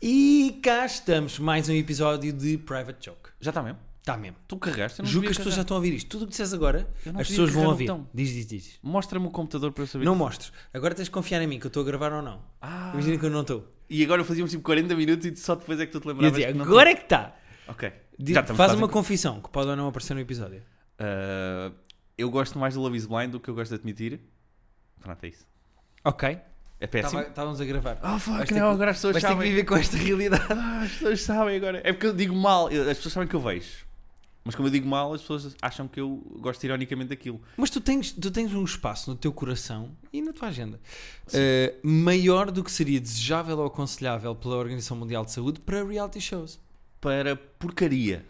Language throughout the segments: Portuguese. E cá estamos, mais um episódio de Private Joke. Já está mesmo? Está mesmo. Tu carregaste? Eu não Juro que devia as pessoas já carregar. estão a ouvir isto. Tudo o que disseres agora, Eu não as devia pessoas vão carregar no ouvir. botão. Diz, diz, diz. Mostra-me o computador para eu saber. Não mostres. Agora tens de confiar em mim que eu estou a gravar ou não. Ah. Imagina que eu não estou. E agora fazíamos tipo 40 minutos e só depois é que tu te E eu lembravas. dizia, que não agora é que está. tinha. Ok. Di- Já estamos Faz quase uma em- confissão que pode ou não aparecer no episódio. Ah, eu gosto mais do Love is Blind do que eu gosto de admitir. Pronto, é isso. Ok. É péssimo. Estávamos a gravar. Ah, fuck, Vais ter não, que- agora as pessoas Mas tem que sabem. viver com esta realidade. Ah, as pessoas sabem agora. É porque eu digo mal. Eu- As pessoas sabem que eu vejo. Mas como eu digo mal, as pessoas acham que eu gosto ironicamente daquilo. Mas tu tens, tu tens um espaço no teu coração e na tua agenda eh, maior do que seria desejável ou aconselhável pela Organização Mundial de Saúde para reality shows. Para porcaria.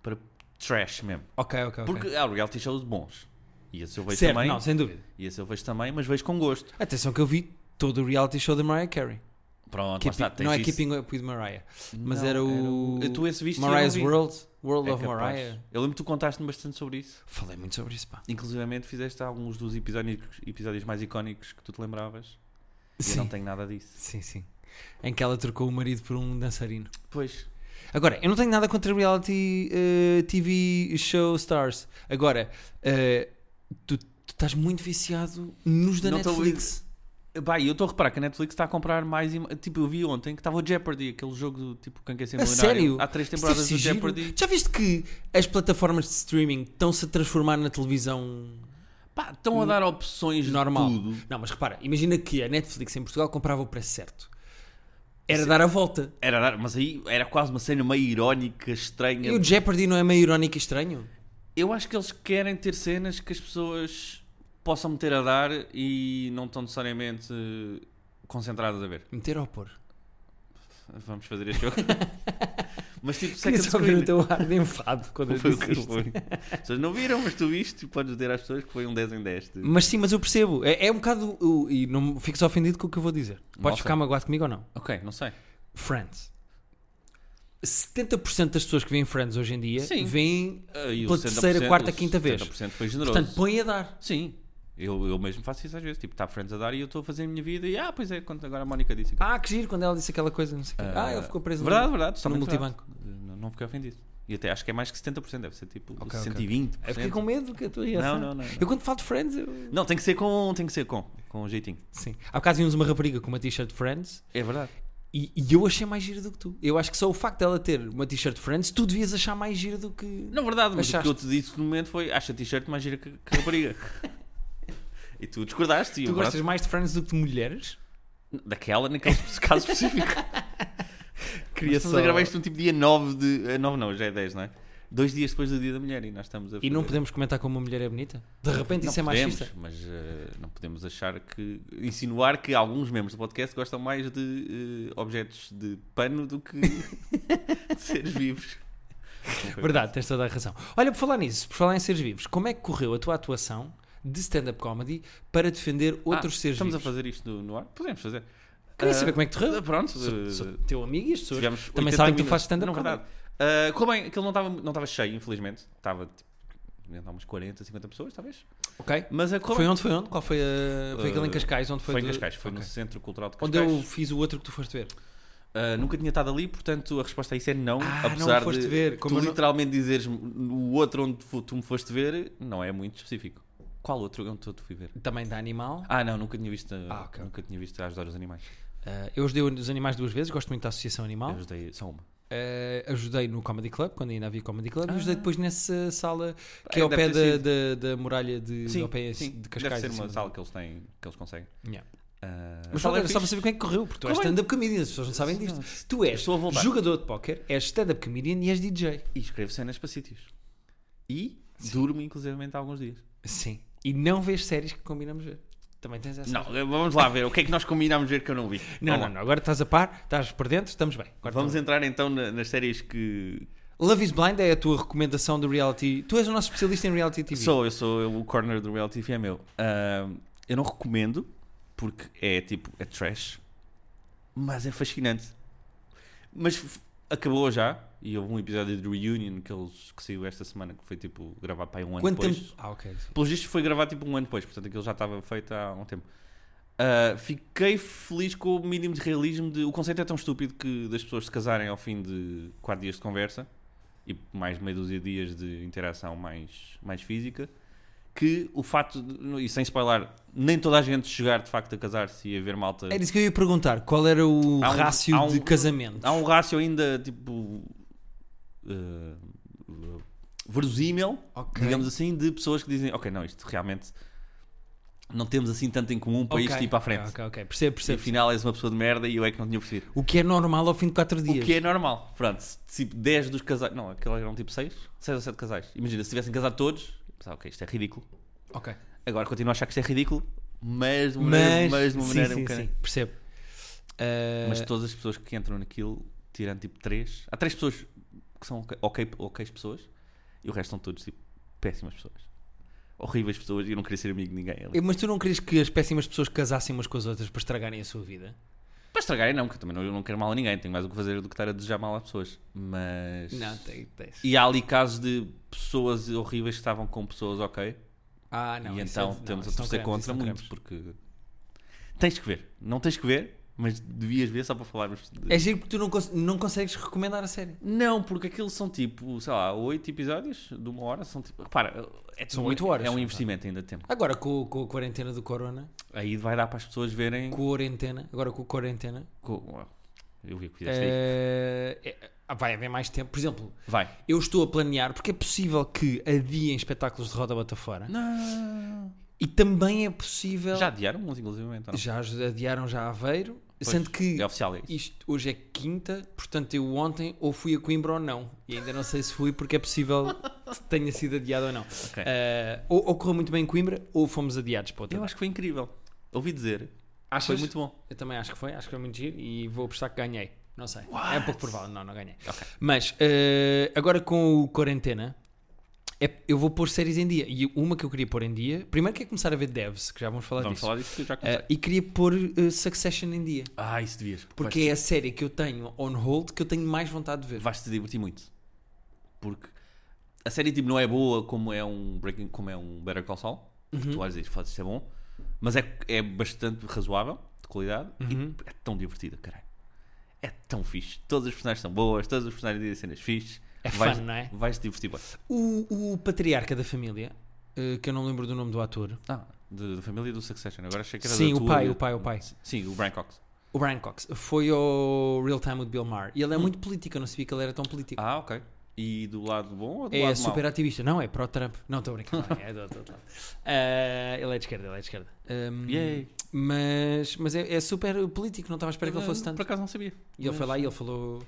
Para trash mesmo. Ok, ok, ok. Porque há reality shows bons. E esse eu vejo certo, também. não, sem dúvida. E esse eu vejo também, mas vejo com gosto. Atenção que eu vi todo o reality show da Mariah Carey. Pronto, Keeping- lá está, tens não é isso. Keeping Up with Mariah, mas Não, era o era Tu esse viste e eu não Mariah's vi. World, World É of capaz. Mariah. Eu lembro que tu contaste-me bastante sobre isso. Falei muito sobre isso, pá. Inclusivamente fizeste alguns dos episódios, episódios mais icónicos que tu te lembravas. E eu Sim, não tenho nada disso. sim, sim. Em que ela trocou o marido por um dançarino. Pois. Agora, eu não tenho nada contra reality eh, TV show stars. Agora, eh, tu, tu estás muito viciado nos da Não estou- Netflix. Bem, eu estou a reparar que a Netflix está a comprar mais. im- Tipo, eu vi ontem que estava o Jeopardy, aquele jogo do tipo Quem Quer Ser A Milionário. sério? Há três Isto temporadas deve do ser giro. Jeopardy. Já viste que as plataformas de streaming estão-se a transformar na televisão Pá, estão a dar opções normal. de tudo. Não, mas repara, imagina que a Netflix em Portugal comprava o preço certo. Era dar a volta. Era, dar- mas aí era quase uma cena meio irónica, estranha. E o Jeopardy não é meio irónico e estranho? Eu acho que eles querem ter cenas que as pessoas possam meter a dar e não estão necessariamente eh, concentradas a ver. Meter ou pôr? Vamos fazer este jogo. Mas tipo, Queria second só ver o screen. teu ar de enfado quando eu Foi o que disse isto. foi. As pessoas não viram, mas tu viste e podes dizer às pessoas que foi um 10 em 10. de- Mas sim, mas eu percebo. É, é um bocado. o- e não fiques ofendido com o que eu vou dizer. Podes Nossa. ficar magoado comigo ou não? Ok, não sei. Friends. 70% das pessoas que veem Friends hoje em dia Sim. veem. Ah, e o Pela 70%, terceira, quarta, o quinta vez. 70% foi generoso. Portanto, põe a dar. Sim. Eu, eu mesmo faço isso às vezes. Tipo, está Friends a dar e eu estou a fazer a minha vida e ah, pois é, quando agora a Mónica disse. Ah, que giro quando ela disse aquela coisa, não sei o quê. Ah, ele ficou preso. Verdade, verdade. No totalmente multibanco. verdade. Não, não fiquei ofendido. E até acho que é mais que 70%, deve ser tipo Ok, ok. 120%. Eu fiquei É com medo que a tua reação. Não, não, não, não. Eu quando falo de Friends, eu. Não, tem que ser com, tem que ser com, com um jeitinho. Sim. Há bocado vimos uma rapariga com uma t-shirt de Friends É verdade. e, e eu achei mais gira do que tu. Eu acho que só o facto dela ter uma t-shirt de Friends, tu devias achar mais gira do que. Não, verdade, mas Achaste. o que eu te disse no momento foi, acha a t-shirt mais gira que, que rapariga. e tu discordaste. E tu eu, gostas mais de Friends do que de mulheres? pronto, Daquela, naquele caso específico. Nós Queria estamos a gravar isto no tipo dia 9 de... eh, 9 não, já é 10, não é? Dois dias depois do dia da mulher e nós estamos a E não fazer- podemos comentar como uma mulher é bonita? De repente Não isso é podemos, machista? mas eh, não podemos achar que... Insinuar que alguns membros do podcast gostam mais de eh, objetos de pano do que de seres vivos. Verdade, tens toda a razão. Olha, por falar nisso, por falar em seres vivos, como é que correu a tua atuação de stand-up comedy para defender outros Ah, seres Estamos vivos? a fazer isto no, no ar? Podemos fazer. Queria Ah, saber como é que correu. ah, Pronto, Sou, eh, sou teu amigo e as pessoas tivemos também 80 sabem que tu minutos. fazes stand-up Não, comedy. verdade. Ah, Correu bem, aquilo não estava não estava cheio, infelizmente. Estava tipo, devia estar umas 40, 50 pessoas, talvez. Ok. Mas a correu Foi bem. onde foi onde? Qual foi a... Foi aquele em Uh, Cascais? Onde foi foi de- em Cascais, foi Ok. no Centro Cultural de Onde Cascais. eu fiz o outro que tu foste ver. Ah, nunca tinha estado ali, portanto a resposta a isso é não. Ah, não apesar foste de ver, como tu eu não- literalmente dizeres-me o outro onde fu- tu me foste ver, não é muito específico. Qual outro onde eu te fui ver? Também da Animal. Ah, não, nunca tinha visto, Ah, ok. nunca tinha visto ajudar os animais. Ah, eu ajudei os animais duas vezes, gosto muito da Associação Animal. Eu ajudei só uma. Eh, ajudei no Comedy Club, quando ainda havia Comedy Club, e ajudei depois nessa sala que é Ah, ao deve pé da, ter da, da muralha de, Sim, ao pé sim, de Cascais. Deve ser uma assim. sala que eles têm, que eles conseguem. Yeah. Ah, a Mas sala só, é era só para fixe. saber como é que correu, porque tu és Correu bem. stand-up comedian, as pessoas não sabem disto. Tu és Estou a voltar. jogador de póquer, és stand-up comedian e és DJ. E escrevo cenas para sítios. E durmo, inclusivamente, há alguns dias. Sim. E não vês séries que combinamos ver. Também tens essa. Não, vamos lá ver. O que é que nós combinámos ver que eu não vi? não, não, Vamos lá. não. Agora estás a par, estás por dentro, estamos bem. Agora estamos Vamos entrar então na- nas séries que. bem. Love is Blind é a tua recomendação do reality. Tu és o nosso especialista em reality TV. Sou, eu sou eu, o corner do reality TV, é meu. Ahm, eu não recomendo, porque é tipo, é trash, mas é fascinante. Mas f- acabou já, e houve um episódio de Reunion que, eles, que saiu esta semana, que foi tipo gravado para aí um ano Quanto depois. tempo? Ah, ok. sim. Pelos vistos foi gravado tipo um ano depois, portanto aquilo já estava feito há um tempo. Ah, Uh, fiquei feliz com o mínimo de realismo. De, o conceito é tão estúpido que das pessoas se casarem ao fim de 4 dias de conversa e mais meia dúzia de dias de interação mais, mais física. Que o facto, de, e sem spoiler, nem toda a gente chegar de facto a casar-se e haver malta. Era isso que eu ia perguntar. Qual era o Há um- rácio há um- de casamento? Há um rácio ainda tipo. eh, verosímil, Ok. digamos assim, de pessoas que dizem: Ok, não, isto realmente não temos assim tanto em comum para Ok, isto ir para a tipo, frente. Ok, ok, ok. Percebo, Se percebo. afinal és uma pessoa de merda e eu é que não tinha percebido. O que é normal ao fim de 4 dias. O que é normal. Pronto, se, tipo 10 dos casais. Não, aquele eram tipo 6, 6 ou 7 casais. Imagina, se tivessem casado todos, pensava, ok, isto é ridículo. Ok. Agora continuo a achar que isto é ridículo, mas de uma Mas, maneira, mas, de uma sim, maneira sim, um bocadinho. sim, percebo. Ah, Mas todas as pessoas que entram naquilo, tirando tipo 3. Há 3 pessoas que são ok, ok, okay's pessoas e o resto são todos tipo péssimas pessoas. Horríveis pessoas e eu não queria ser amigo de ninguém. Ali. eh, mas tu não querias que as péssimas pessoas casassem umas com as outras para estragarem a sua vida? Para estragarem, não, porque eu também não, eu não quero mal a ninguém. Tenho mais o que fazer do que estar a desejar mal às pessoas. Mas. Não, tem, tens. E há ali casos de pessoas horríveis que estavam com pessoas ok. Ah, não. e isso então é- não, temos isso a não torcer queremos, contra isso não muito, queremos. porque tens que ver. Não tens que ver, mas devias ver só para falarmos de... É giro porque tu não, cons- não consegues recomendar a série. Não, porque aquilo são tipo, sei lá, oito episódios de uma hora. São tipo. Repara, é São tipo- oito horas, É um não é? investimento ainda de tempo. Agora com, com a quarentena do corona, Aí vai dar para as pessoas verem. quarentena, agora com a quarentena, co- É. Eu vi o que fizeste aí. eh, eh, vai haver mais tempo. Por exemplo, Vai. eu estou a planear, porque é possível que adiem espetáculos de roda bota fora. Não. E também é possível... Já adiaram uns, inclusivamente. ou não? Já adiaram já a Aveiro. Pois, sendo que É oficial, é isso. isto hoje é quinta, portanto eu ontem ou fui a Coimbra ou não. E ainda não sei se fui porque é possível que tenha sido adiado ou não. Ok. Eh, ou, ou correu muito bem em Coimbra ou fomos adiados para outra. Eu acho que foi incrível. Ouvi dizer. Achas? Foi muito bom. Eu também acho que foi, acho que foi muito giro e vou apostar que ganhei. Não sei. É pouco provável, não, não ganhei. Mas eh, agora com o quarentena, é- eu vou pôr séries em dia. E uma que eu queria pôr em dia, primeiro que é começar a ver Devs, que já vamos falar Vamos disso. falar disso É. que eu já comecei. Eh, e queria pôr eh, Succession em dia. Ah, isso devias. Porque vais, é a série que eu tenho on hold que eu tenho mais vontade de ver. vais te divertir muito. Porque a série tipo não é boa como é um Breaking, como é um Better Call Saul. que Uhum. Tu vais dizer, fazes isto é bom, mas é, é bastante razoável de qualidade Uhum. e é tão divertida, caralho. É tão fixe. Todas as personagens são boas, todas as personagens dizem cenas fixe. É vais, fun, não é? Vais te divertir. bué. O, o patriarca da família, eh, que eu não lembro do nome do ator, Ah, de- da família do Succession. Agora achei que era Sim, da o tua- pai, o pai, o pai. Sim, o Brian Cox. o Brian Cox, foi ao Real Time with Bill Maher. E ele é Hum. muito político, eu não sabia que ele era tão político. Ah, ok. E do lado bom ou do É lado super mau? ativista. Não, é pró-Trump. Não, estou a brincar. Não, é do outro lado. Ah, ele é de esquerda, ele é de esquerda. Ahm, Yay. Eh, Mas, mas é, é super político, não estava à espera que ele fosse tanto. Por acaso não sabia. E ele foi lá e ele falou.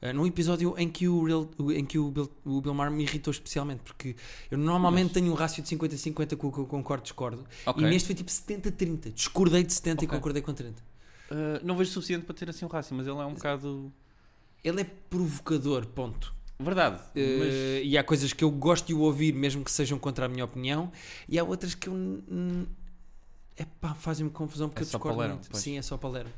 ah, num episódio em que, o, Real- o- em que o, Bill, o Bill Maher me irritou especialmente, porque eu normalmente tenho um rácio de 50-50 com o que eu concordo e discordo, Ok. e neste foi tipo 70-30. Discordei de 70 e Ok. concordei com 30. Uh, não vejo o suficiente para ter assim um rácio, mas ele é um bocado. Ele é provocador, ponto. Verdade. Eh, E há coisas que eu gosto de o ouvir, mesmo que sejam contra a minha opinião, e há outras que eu. n- n- Epá, fazem-me confusão porque É eu só discordo palermo, muito. pois. Sim, é só palermo.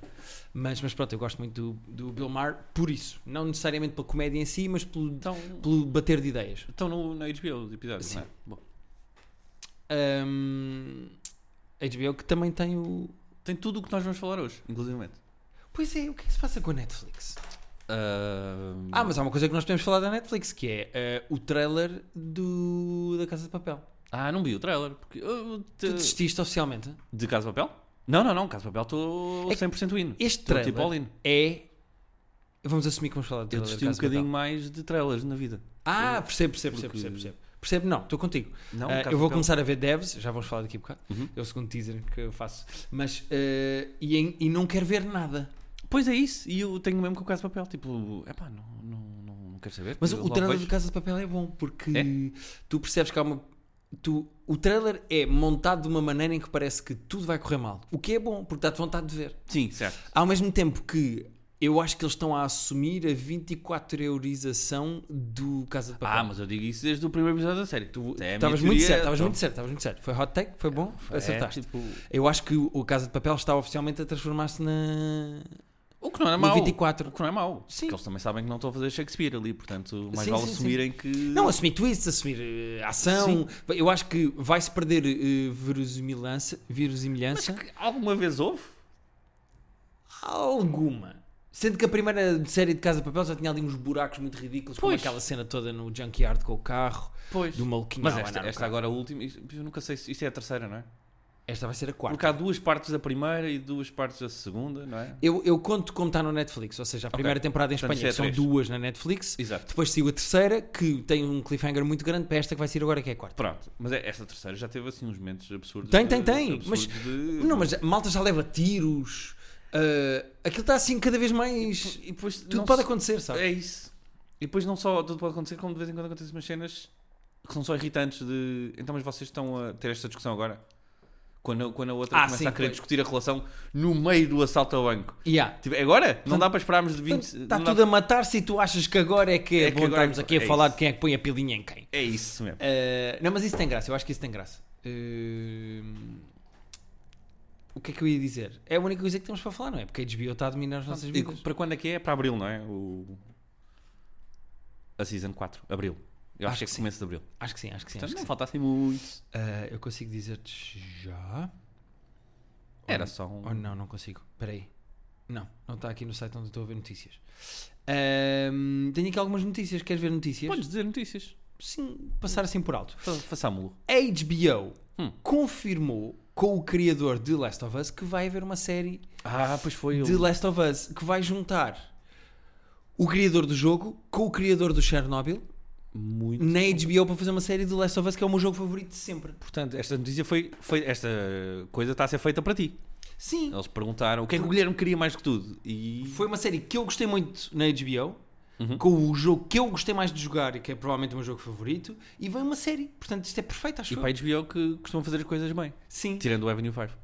Mas, mas pronto, eu gosto muito do, do Bill Maher por isso. Não necessariamente pela comédia em si, mas pelo, Então, pelo bater de ideias. estão no, na HBO os episódios, Sim. não é? Bom. Hum, HBO que também tem o. Tem tudo o que nós vamos falar hoje, inclusivamente. Pois é, o que é que se passa com a Netflix? Uh, Ah, mas há uma coisa que nós podemos falar da Netflix que é eh, o trailer do, da Casa de Papel. ah, não vi o trailer. Porque, uh, Tu de, desististe oficialmente? de Casa de Papel? Não, não, não. Casa de Papel estou É que 100% in. Este Estou trailer tipo all in. é. Vamos assumir que vamos falar de Eu trailer desisti um Casa de bocadinho Papel. mais de trailers na vida. Ah, percebo, percebo, percebo, Porque- percebo, percebo. Percebo, não, estou contigo. Não, Ah, Casa eu vou de Papel. começar a ver devs, já vamos falar daqui a bocado. Uhum. É o segundo teaser que eu faço. Mas. eh, e, em- e não quero ver nada. Pois é isso. E eu tenho mesmo com o Casa de Papel. Tipo, epá, não, não, não, não quero saber. Mas Eu o, logo trailer vejo. de Casa de Papel é bom porque É? tu percebes que há uma. Tu, o trailer é montado de uma maneira em que parece que tudo vai correr mal. O que é bom, porque dá-te vontade de ver. Sim, certo. Ao mesmo tempo que eu acho que eles estão a assumir a 24 eurização do Casa de Papel. Ah, mas eu digo isso desde o primeiro episódio da série. Tu é a minha Estavas muito teoria, certo, estavas então. muito certo, estavas muito certo. Foi hot take, foi bom, É, acertaste. tipo, Eu acho que o Casa de Papel está oficialmente a transformar-se na. O que não é No mau. 24. O que não é mau. Sim. Porque eles também sabem que não estão a fazer Shakespeare ali, portanto, mais Sim, vale sim, assumirem que. Não, assumir twists, assumir eh, ação. Eu acho que vai-se perder eh, verosimilhança. Mas verosimilhança que alguma vez houve? Alguma. Sendo que a primeira série de Casa de Papel já tinha ali uns buracos muito ridículos, como Pois. aquela cena toda no junkyard com o carro, Pois. do maluquinho. Mas Não, é esta, não, não, esta não. agora a última, isto- eu nunca sei se isto é a terceira, não é? Esta vai ser a quarta. Porque há duas partes da primeira e duas partes da segunda, não é? Eu, eu conto como está no Netflix, ou seja, a primeira temporada em Portanto, Espanha, que isto é são três. duas na Netflix. Exato. Depois saiu a terceira, que tem um cliffhanger muito grande para esta que vai sair agora, que é a quarta. Pronto, mas é- esta terceira já teve assim uns momentos absurdos. Tem, tem, de- tem, absurdos mas- de- Não, mas a malta já leva tiros. ah, aquilo está assim cada vez mais. E depois Tudo Tipo, não pode se- acontecer, sabe? É isso. E depois não só tudo pode acontecer, como de vez em quando acontecem umas cenas que são só irritantes de... Então, mas vocês estão a ter esta discussão agora? Quando, a- quando a outra Ah, começa sim, a querer pois. discutir a relação no meio do assalto ao banco. Yeah. Tipo, é agora? Não dá para esperarmos de 20... Está não dá- tá tudo a matar-se e tu achas que agora é que é, É que bom agora é estarmos que- aqui a é falar isso. de quem é que põe a pilinha em quem. É isso mesmo. Ah, não, mas isso tem graça, eu acho que isso tem graça. Hum, o que é que eu ia dizer? É a única coisa que temos para falar, não é? Porque a HBO está a dominar as nossas E vidas. para quando é que é? Para Abril, não é? O... A Season 4, Abril. Eu acho, Acho que é que que sim. começo de Abril. Acho que sim, acho que sim. Portanto, Acho que não sim. falta assim muito. Ah, eu consigo dizer-te já. Era só um... Oh não, não consigo. Espera aí. Não, não está aqui no site onde eu estou a ver notícias. Ahm, tenho aqui algumas notícias. Queres ver notícias? Podes dizer notícias. Sim, passar assim por alto. Fa- Façámo-lo. HBO Hum. confirmou com o criador de Last of Us que vai haver uma série Ah, pois foi. de Last of Us que vai juntar o criador do jogo com o criador do Chernobyl Muito. na HBO para fazer uma série de Last of Us que é o meu jogo favorito de sempre. Portanto, esta notícia foi, foi. Esta coisa está a ser feita para ti. Sim, Eles perguntaram o que é que o Guilherme queria mais que tudo. E. Foi uma série que eu gostei muito na HBO, Uhum. com o jogo que eu gostei mais de jogar e que é provavelmente o meu jogo favorito, e vem uma série. Portanto, isto é perfeito, acho E eu. para a HBO que costumam fazer as coisas bem. Sim. Tirando o Avenue 5.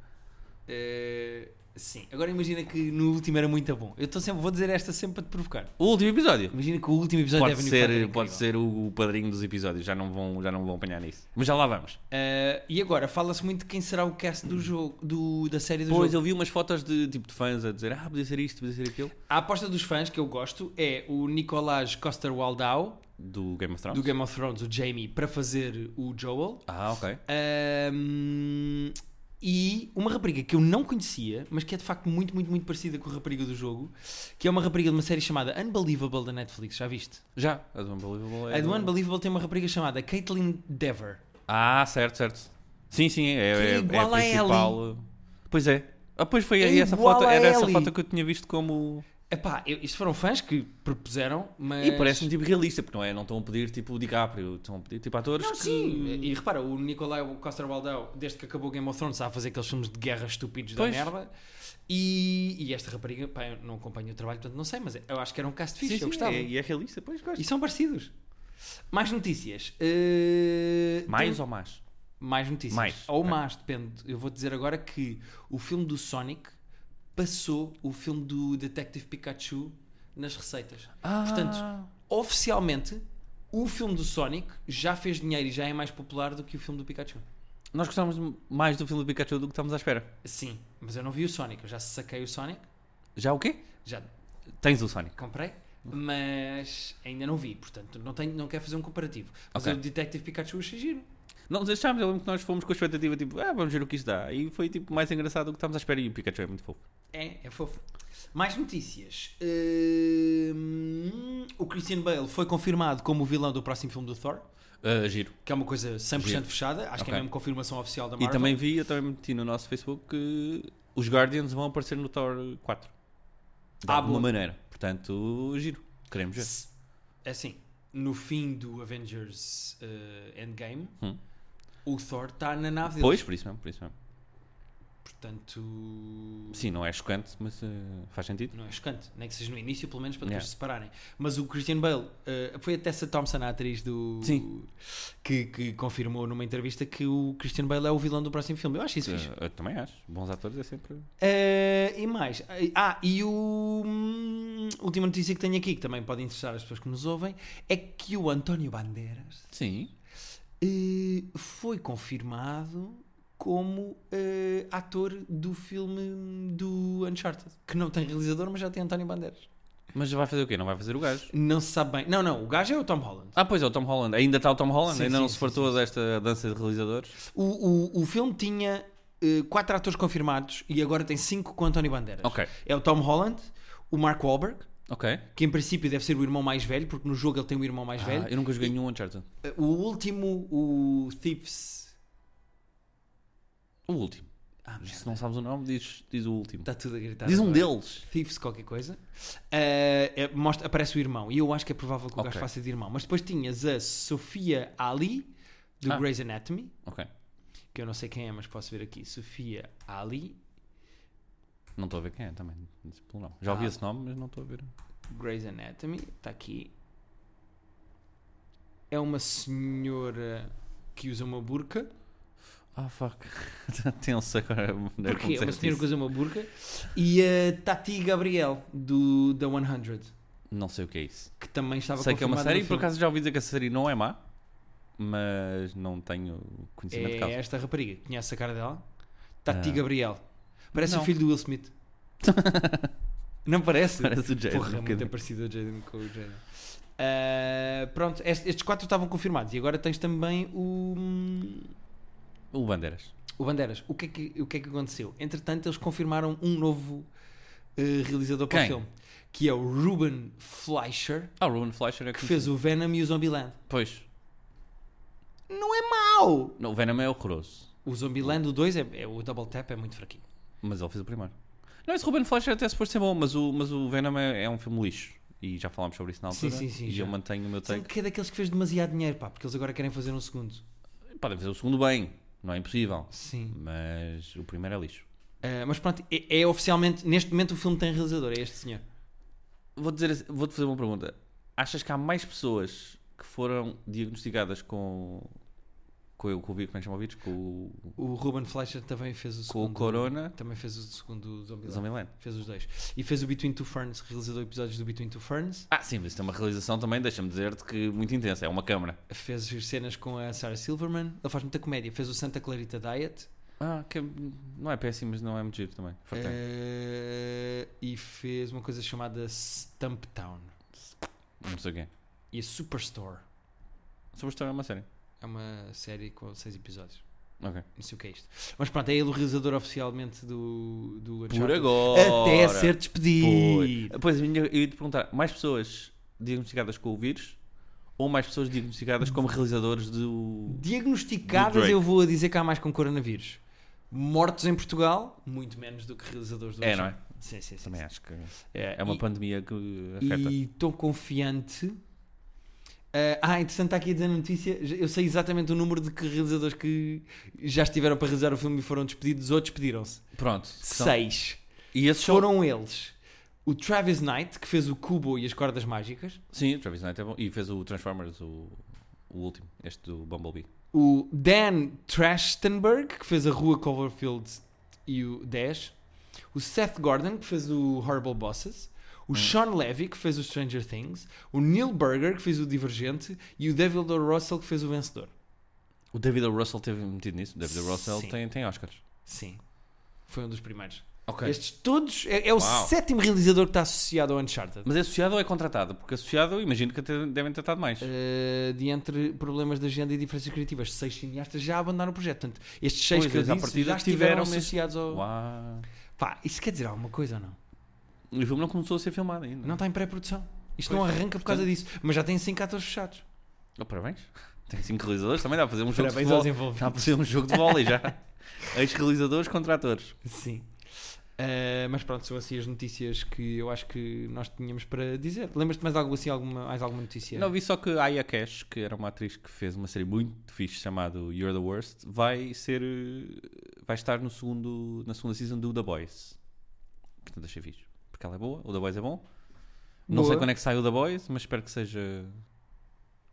Eh, sim. Agora imagina que no último era muito bom. Eu estou sempre, vou dizer esta sempre para te provocar. O último episódio. Imagina que o último episódio Pode de Avenue Five era ser, pode incrível. ser o o padrinho dos episódios. Já não, vão, já não vão apanhar nisso. Mas já lá vamos. Eh, e agora, fala-se muito de quem será o cast do jogo, do- da série do Depois jogo. eu vi umas fotos de, tipo, de fãs a dizer: Ah, podia ser isto, podia ser aquilo. A aposta dos fãs, que eu gosto, é o Nicolás Coster-Waldau, Do Game of Thrones. do Game of Thrones, o Jamie, para fazer o Joel. Ah, ok. Ahm, e uma rapariga que eu não conhecia, mas que é de facto muito, muito, muito parecida com a rapariga do jogo, que é uma rapariga de uma série chamada Unbelievable da Netflix, já viste? Já. A do Unbelievable é a do do- Unbelievable tem uma rapariga chamada Caitlin Dever. Ah, certo, certo. Sim, sim, é, Que é é, é igual a à principal. Pois é. Ah, pois foi É aí essa igual foto, à era essa Ellie. foto que eu tinha visto como. Epá, eu, isto foram fãs que propuseram, mas... E parece-me tipo realista, porque não é? Não estão a pedir tipo o DiCaprio, estão a pedir tipo atores. Não, que- sim. E, e repara, o Nicolai Coster-Waldau, desde que acabou Game of Thrones, está a fazer aqueles filmes de guerra estúpidos Pois. da merda. E, e esta rapariga, pá, eu não acompanho o trabalho, portanto não sei, mas eu acho que era um cast Sim, fixe, sim, eu gostava. é- e é realista, pois gosto. E são parecidos. Mais notícias. Uh, Mais tem- ou mais? mais notícias. Mais, Ou ok. mais, depende. Eu vou dizer agora que o filme do Sonic passou o filme do Detective Pikachu nas receitas. Ah. Portanto, oficialmente, o filme do Sonic já fez dinheiro e já é mais popular do que o filme do Pikachu. Nós gostamos mais do filme do Pikachu do que estamos à espera. Sim, mas eu não vi o Sonic. Eu já saquei o Sonic, Já o quê? já Tens o Sonic. comprei, mas ainda não vi. Portanto, não, tenho, não quero fazer um comparativo. Mas Ok. o Detective Pikachu achei giro. Não nos deixámos, eu lembro que nós fomos com a expectativa tipo, ah, vamos ver o que isto dá. E foi tipo mais engraçado do que estamos à espera. E o Pikachu é muito fofo. É, é fofo. Mais notícias. Hum, o Christian Bale foi confirmado como o vilão do próximo filme do Thor, Ah, giro. que é uma coisa 100% Giro. fechada. Acho que é Ok. mesmo confirmação oficial da E Marvel. também vi, eu também meti no nosso Facebook que os Guardians vão aparecer no Thor 4. De Ah, alguma boa. maneira. Portanto, giro. Queremos ver. S- é assim, no fim do Avengers eh, Endgame, Hum. o Thor está na nave dele. Pois, por isso mesmo, por isso mesmo. Portanto, Sim, não é chocante, mas eh, faz sentido. não é chocante. Nem que seja no início, pelo menos, para depois Yeah. se separarem. Mas o Christian Bale, eh, foi a Tessa Thompson, a atriz do... Sim. Que, que confirmou numa entrevista que o Christian Bale é o vilão do próximo filme. Eu acho isso fixe. Eh, eu também acho. Bons atores é sempre. Eh, e mais? Ah, e o. hum, Última notícia que tenho aqui, que também pode interessar as pessoas que nos ouvem, é que o António Bandeiras Sim. eh, foi confirmado como eh, ator do filme do Uncharted, que não tem realizador, mas já tem António Bandeiras. Mas vai fazer o quê? Não vai fazer o gajo. Não se sabe bem. Não, não, o gajo é o Tom Holland. Ah, pois é, o Tom Holland. Ainda está o Tom Holland? Sim, Ainda sim, não se sim, fartou desta dança de realizadores? O, o, o filme tinha eh, quatro atores confirmados e agora tem cinco com António Bandeiras. Ok, É o Tom Holland, o Mark Wahlberg, ok. que em princípio deve ser o irmão mais velho, porque no jogo ele tem um irmão mais Ah, velho. eu nunca joguei nenhum Uncharted. O último, o Thieves. O último. Ah, Tá, Se não sabes o nome, diz, diz o último. está tudo a gritar. Diz um agora. deles. Thieves qualquer coisa, Eh, é- mostra, aparece o irmão. E eu acho que é provável que o Ok. gajo faça de irmão. Mas depois tinhas a Sofia Ali, do Ah. Grey's Anatomy, Ok. que eu não sei quem é, mas posso ver aqui. Sofia Ali, Não estou a ver quem é também. disse pelo nome. Já ouvi Ah. esse nome, mas não estou a ver. Grey's Anatomy, está aqui. É uma senhora que usa uma burca. Ah, fuck. Estou tenso agora. né, como Porquê? É uma disseste senhora que isso. usa uma burca. E a Tati Gabriel, do da 100, Não sei o que é isso. que também estava sei que é uma confirmada série, no por filme. acaso já ouvi dizer que a série não é má, mas não tenho conhecimento de É causa. esta rapariga. Conhece a cara dela? Tati Ah. Gabriel. Parece Não. o filho do Will Smith. Não parece? Parece o Porra, é Jaden. um muito bocadinho. parecido ao Jaden com o Jaden. Ah, pronto, est- estes quatro estavam confirmados. E agora tens também o, hum, o Bandeiras. o Bandeiras. O que, é que, o que é que aconteceu? Entretanto, eles confirmaram um novo eh, realizador para Quem? o filme. Que é o Ruben Fleischer, Ah, o Ruben Fleischer é que fez o Venom e o Zombieland. Pois. Não é mau! Não, o Venom é horroroso, O Zombieland, o 2, é, é- o Double Tap é muito fraquinho. mas ele fez o primeiro. Não, esse Ruben Fleischer até é suposto ser bom, mas o, mas o Venom é, é um filme lixo. E já falámos sobre isso na Sim, altura. sim, sim, E já. eu mantenho o meu Sendo take. que é daqueles que fez demasiado dinheiro, pá, porque eles agora querem fazer um segundo. Podem fazer o segundo bem, não é impossível. Sim. Mas o primeiro é lixo. Ah, mas pronto, é, é oficialmente, neste momento o filme tem realizador, é este senhor. Vou dizer, assim- vou-te fazer uma pergunta. Achas que há mais pessoas que foram diagnosticadas com com o com o vírus, como é que chama o vírus? Com, o- O Ruben Fleischer também fez o com segundo. o corona Também fez o segundo Zombieland. Zombieland. Fez os dois. E fez o Between Two Ferns, realizou episódios do Between Two Ferns. Ah, sim, mas isto é uma realização também, deixa-me dizer-te que muito intensa, é uma câmara. Fez as cenas com a Sarah Silverman. Ele faz muita comédia. Fez o Santa Clarita Diet. Ah, que é- não é péssimo, mas não é muito giro também. Fartei. eh, e fez uma coisa chamada Stump Town. Não sei o quê. E a Superstore. Sobre a história é uma série. É uma série com seis episódios. Ok. Não sei o que é isto. Mas pronto, é ele o realizador oficialmente do, do Por Uncharted. agora. Até tipo. ser Pois, despedido. Pois, eu ia eu ia te perguntar, mais pessoas diagnosticadas com o vírus ou mais pessoas diagnosticadas como realizadores do... Do Diagnosticadas, Drake. eu vou a dizer que há mais com coronavírus. Mortos em Portugal, muito menos do que realizadores do É, não é? Uncharted. Sim, sim, sim. Também sim. acho que É, é uma e- pandemia que afeta. E estou confiante. Ah, ah, interessante, está aqui a dizer na notícia. já- Eu sei exatamente o número de que realizadores que já estiveram para realizar o filme e foram despedidos ou despediram-se. Pronto. são- Seis. E esses foram... Foram eles o Travis Knight, que fez o Cubo e as Cordas Mágicas. Sim, o Travis Knight é bom. E fez o Transformers, o, o último. Este do Bumblebee. o Dan Trachtenberg, que fez a Rua Coverfield e o 10, o Seth Gordon, que fez o Horrible Bosses, o Hum. Sean Levy, que fez o Stranger Things, o Neil Berger, que fez o Divergente, e o David O. Russell, que fez o Vencedor. O David O. Russell teve metido nisso. O David O. Russell Sim. tem, tem Oscars. Sim. Foi um dos primeiros. Ok. Estes todos. É, é o Uau. sétimo realizador que está associado ao Uncharted. Mas é associado ou é contratado? Porque associado, eu imagino que até devem tratar de mais. Eh, de entre problemas de agenda e diferenças criativas, seis cineastas já abandonaram o projeto. Portanto, estes seis Pois, que eu eles à disse partida já estiveram tiveram mesmo- associados ao. Uau. Pá, isso quer dizer alguma coisa ou não? O filme não começou a ser filmado ainda. Não está em pré-produção. Isto não arranca por causa disso. Mas já tem 5 atores fechados. Oh, parabéns. Tem cinco realizadores, também dá para fazer um jogo de futebol. Dá para envolvidos. fazer um jogo de vôlei já. Ex-realizadores contra atores. Sim. Ah, mas pronto, são assim as notícias que eu acho que nós tínhamos para dizer. Lembras-te mais, algo assim, alguma, mais alguma notícia? Não, vi só que a Aya Cash, que era uma atriz que fez uma série muito fixe chamada You're the Worst, vai ser. eh, vai estar no segundo, na segunda season do The Boys. Portanto, achei fixe. Porque ela é boa, o The Boys é bom. Não Boa. sei quando é que sai o The Boys, mas espero que seja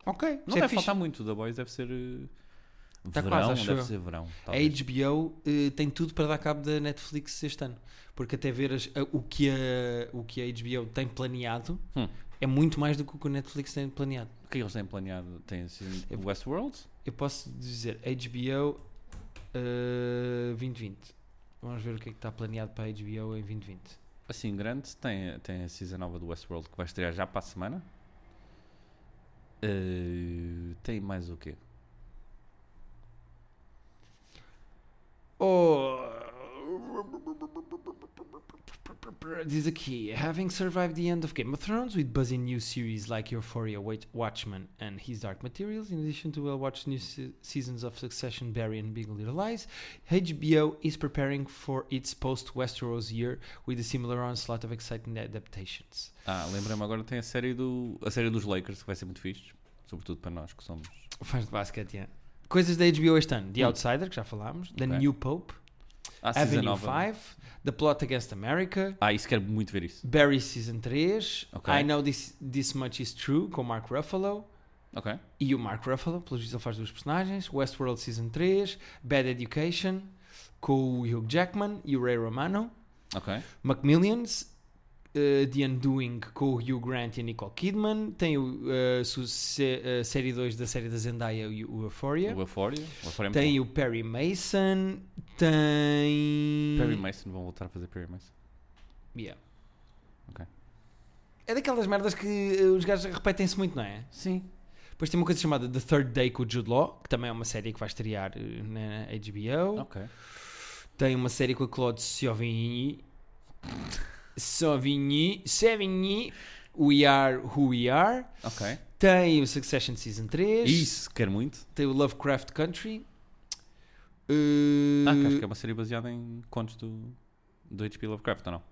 Ok, Não isso é deve fixe. faltar muito. O The Boys deve ser. eh, Tá verão, quase, acho deve eu. É ser verão. A talvez. HBO eh, tem tudo para dar cabo da Netflix este ano. Porque até ver as- a- o, que a, o que a HBO tem planeado Hum. é muito mais do que o que a Netflix tem planeado. O que é que eles têm planeado? Tem assim, Eu- Westworld? Eu posso dizer HBO Uh, 2020. Vamos ver o que é que está planeado para a HBO em e 2020. Assim, grande, tem, tem a season nova do Westworld que vai estrear já para a semana. Eh, tem mais o quê? Oh. Diz aqui, having survived the end of Game of Thrones with buzzing new series like Euphoria, Wait- Watchmen and His Dark Materials, in addition to well-watched new se- seasons of Succession, Barry and Big Little Lies, HBO is preparing for its post-Westeros year with a similar onslaught of exciting adaptations. Ah, lembra-me agora tem a série, do, a série dos Lakers que vai ser muito fixe. Sobretudo para nós que somos. Fãs de basquete, yeah. Coisas da HBO este ano, The Hum. Outsider, que já falámos, The Ok. New Pope, Ah, season Avenue nova. 5, The Plot Against America, Ah, isso quero muito ver isso. Barry Season 3, Ok. I Know This, This Much Is True, com Mark Ruffalo, Ok. e o Mark Ruffalo, pelo visto ele faz duas personagens, Westworld Season 3, Bad Education, com o Hugh Jackman e o Ray Romano, Ok. Macmillions, eh, The Undoing, com o Hugh Grant e a Nicole Kidman, tem o, eh, su- se- eh, série 2 da série da Zendaya e o Euphoria, O Euphoria. O Euphoria é muito tem o Perry Mason, tem... um- bom. Perry Mason, vão voltar a fazer Perry Mason. Yeah. Ok. É daquelas merdas que eh, os gajos repetem-se muito, não é? Sim. Depois tem uma coisa chamada The Third Day com o Jude Law, que também é uma série que vai estrear eh, na HBO. Ok. Tem uma série com a Claude Sauvigny. Sauvigny. Sauvigny. We Are Who We Are. Ok. Tem o Succession Season 3. Isso, quero muito. Tem o Lovecraft Country. Ah, que acho Uh, que é uma série baseada em contos do, do H.P. Lovecraft, ou não?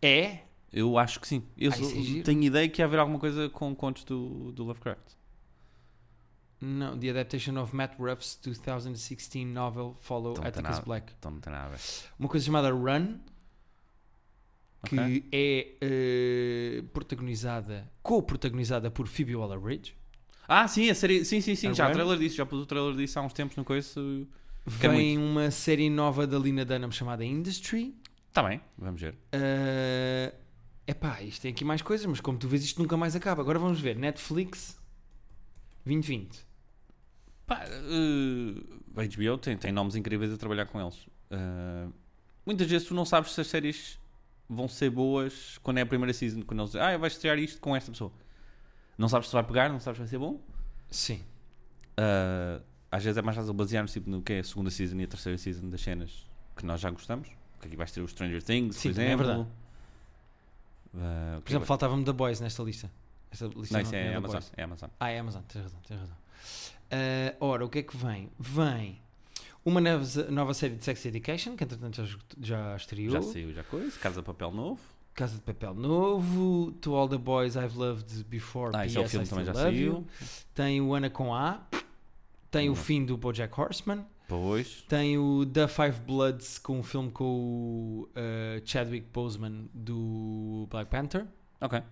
é? Eu acho que sim. Eu Ah, sou- isso é giro. tenho ideia que ia haver alguma coisa com contos do, do Lovecraft. Não. The Adaptation of Matt Ruff's 2016 novel Follow Então não tem Atticus nada. Black. Então não tem nada a ver. Uma coisa chamada Run. que Ok. é eh, protagonizada, co-protagonizada por Phoebe Waller-Bridge. Ah, sim, a série. Sim, sim, sim. A Já o Run? trailer disso, já pus o trailer disso há uns tempos no coice. Quero Vem uma série nova da Lina Dunham chamada Industry. Está Tá bem, vamos ver. Eh, epá, isto tem aqui mais coisas, mas como tu vês, isto nunca mais acaba. Agora vamos ver. Netflix 2020. Pá, eh, a HBO tem, tem nomes incríveis a trabalhar com eles. Eh, muitas vezes tu não sabes se as séries vão ser boas quando é a primeira season. Quando eles dizem, ah, vais estrear isto com esta pessoa. Não sabes se vai pegar, não sabes se vai ser bom. Sim. Uh, às vezes é mais fácil basear-nos tipo, no que é a segunda season e a terceira season das cenas que nós já gostamos. Porque aqui vais ter o Stranger Things, Sim, por também é exemplo. verdade. Uh, Por o que é que exemplo, faltava-me The Boys nesta lista. Esta vai- lista não, isso não é, tinha The Amazon. Boys. É Amazon. Ah, é Amazon, tens razão, tens razão. Eh, ora, o que é que vem? Vem uma nova, nova série de Sex Education, que entretanto já, esgot- já estreou. Já saiu, já coisa. Casa de Papel novo. Casa de Papel Novo, To All the Boys I've Loved Before, Ah, esse é o P.S. filme I também já Still Love You. saiu. Tem o Ana com A, tem o Hum. fim do BoJack Horseman, Pois. tem o The Five Bloods com um filme com o eh, Chadwick Boseman do Black Panther, Ok.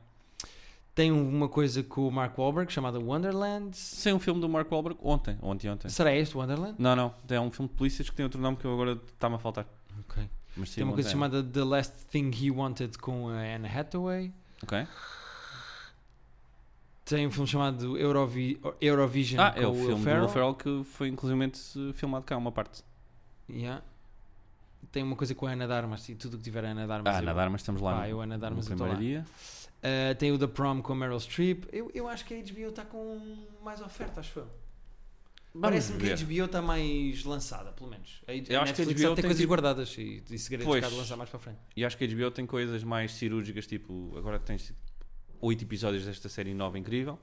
tem uma coisa com o Mark Wahlberg chamada Wonderland. Saiu um filme do Mark Wahlberg ontem. Ontem, ontem. Será este Wonderland? Não, não. É um filme de polícias que tem outro nome que eu agora está-me a faltar. Ok. Mas saiu Tem uma coisa ontem. chamada The Last Thing He Wanted com a Anne Hathaway. Ok. Tem um filme chamado Eurovi Eurovision Ah, com é o Will filme do Ferrell. Will Ferrell que foi inclusivamente filmado cá, uma parte. Yeah. Tem uma coisa com a Ana Darmas e tudo o que tiver a Ana Darmas. Ah, eu- nadar, mas estamos lá. Pá, no, eu a nadar, mas no eu tô lá. primeiro dia. Ah, tem o The Prom com a Meryl Streep. Eu, eu acho que a HBO está tá com mais oferta, acho eu. Vamos Parece-me que a ver. HBO está tá mais lançada, pelo menos. A, Eu acho que a Netflix HBO até tem tem coisas tipo- guardadas e, e segredos Pois. que há de lançar mais para a frente. E acho que a HBO tem coisas mais cirúrgicas, tipo, agora tens tipo, oito episódios desta série nova incrível.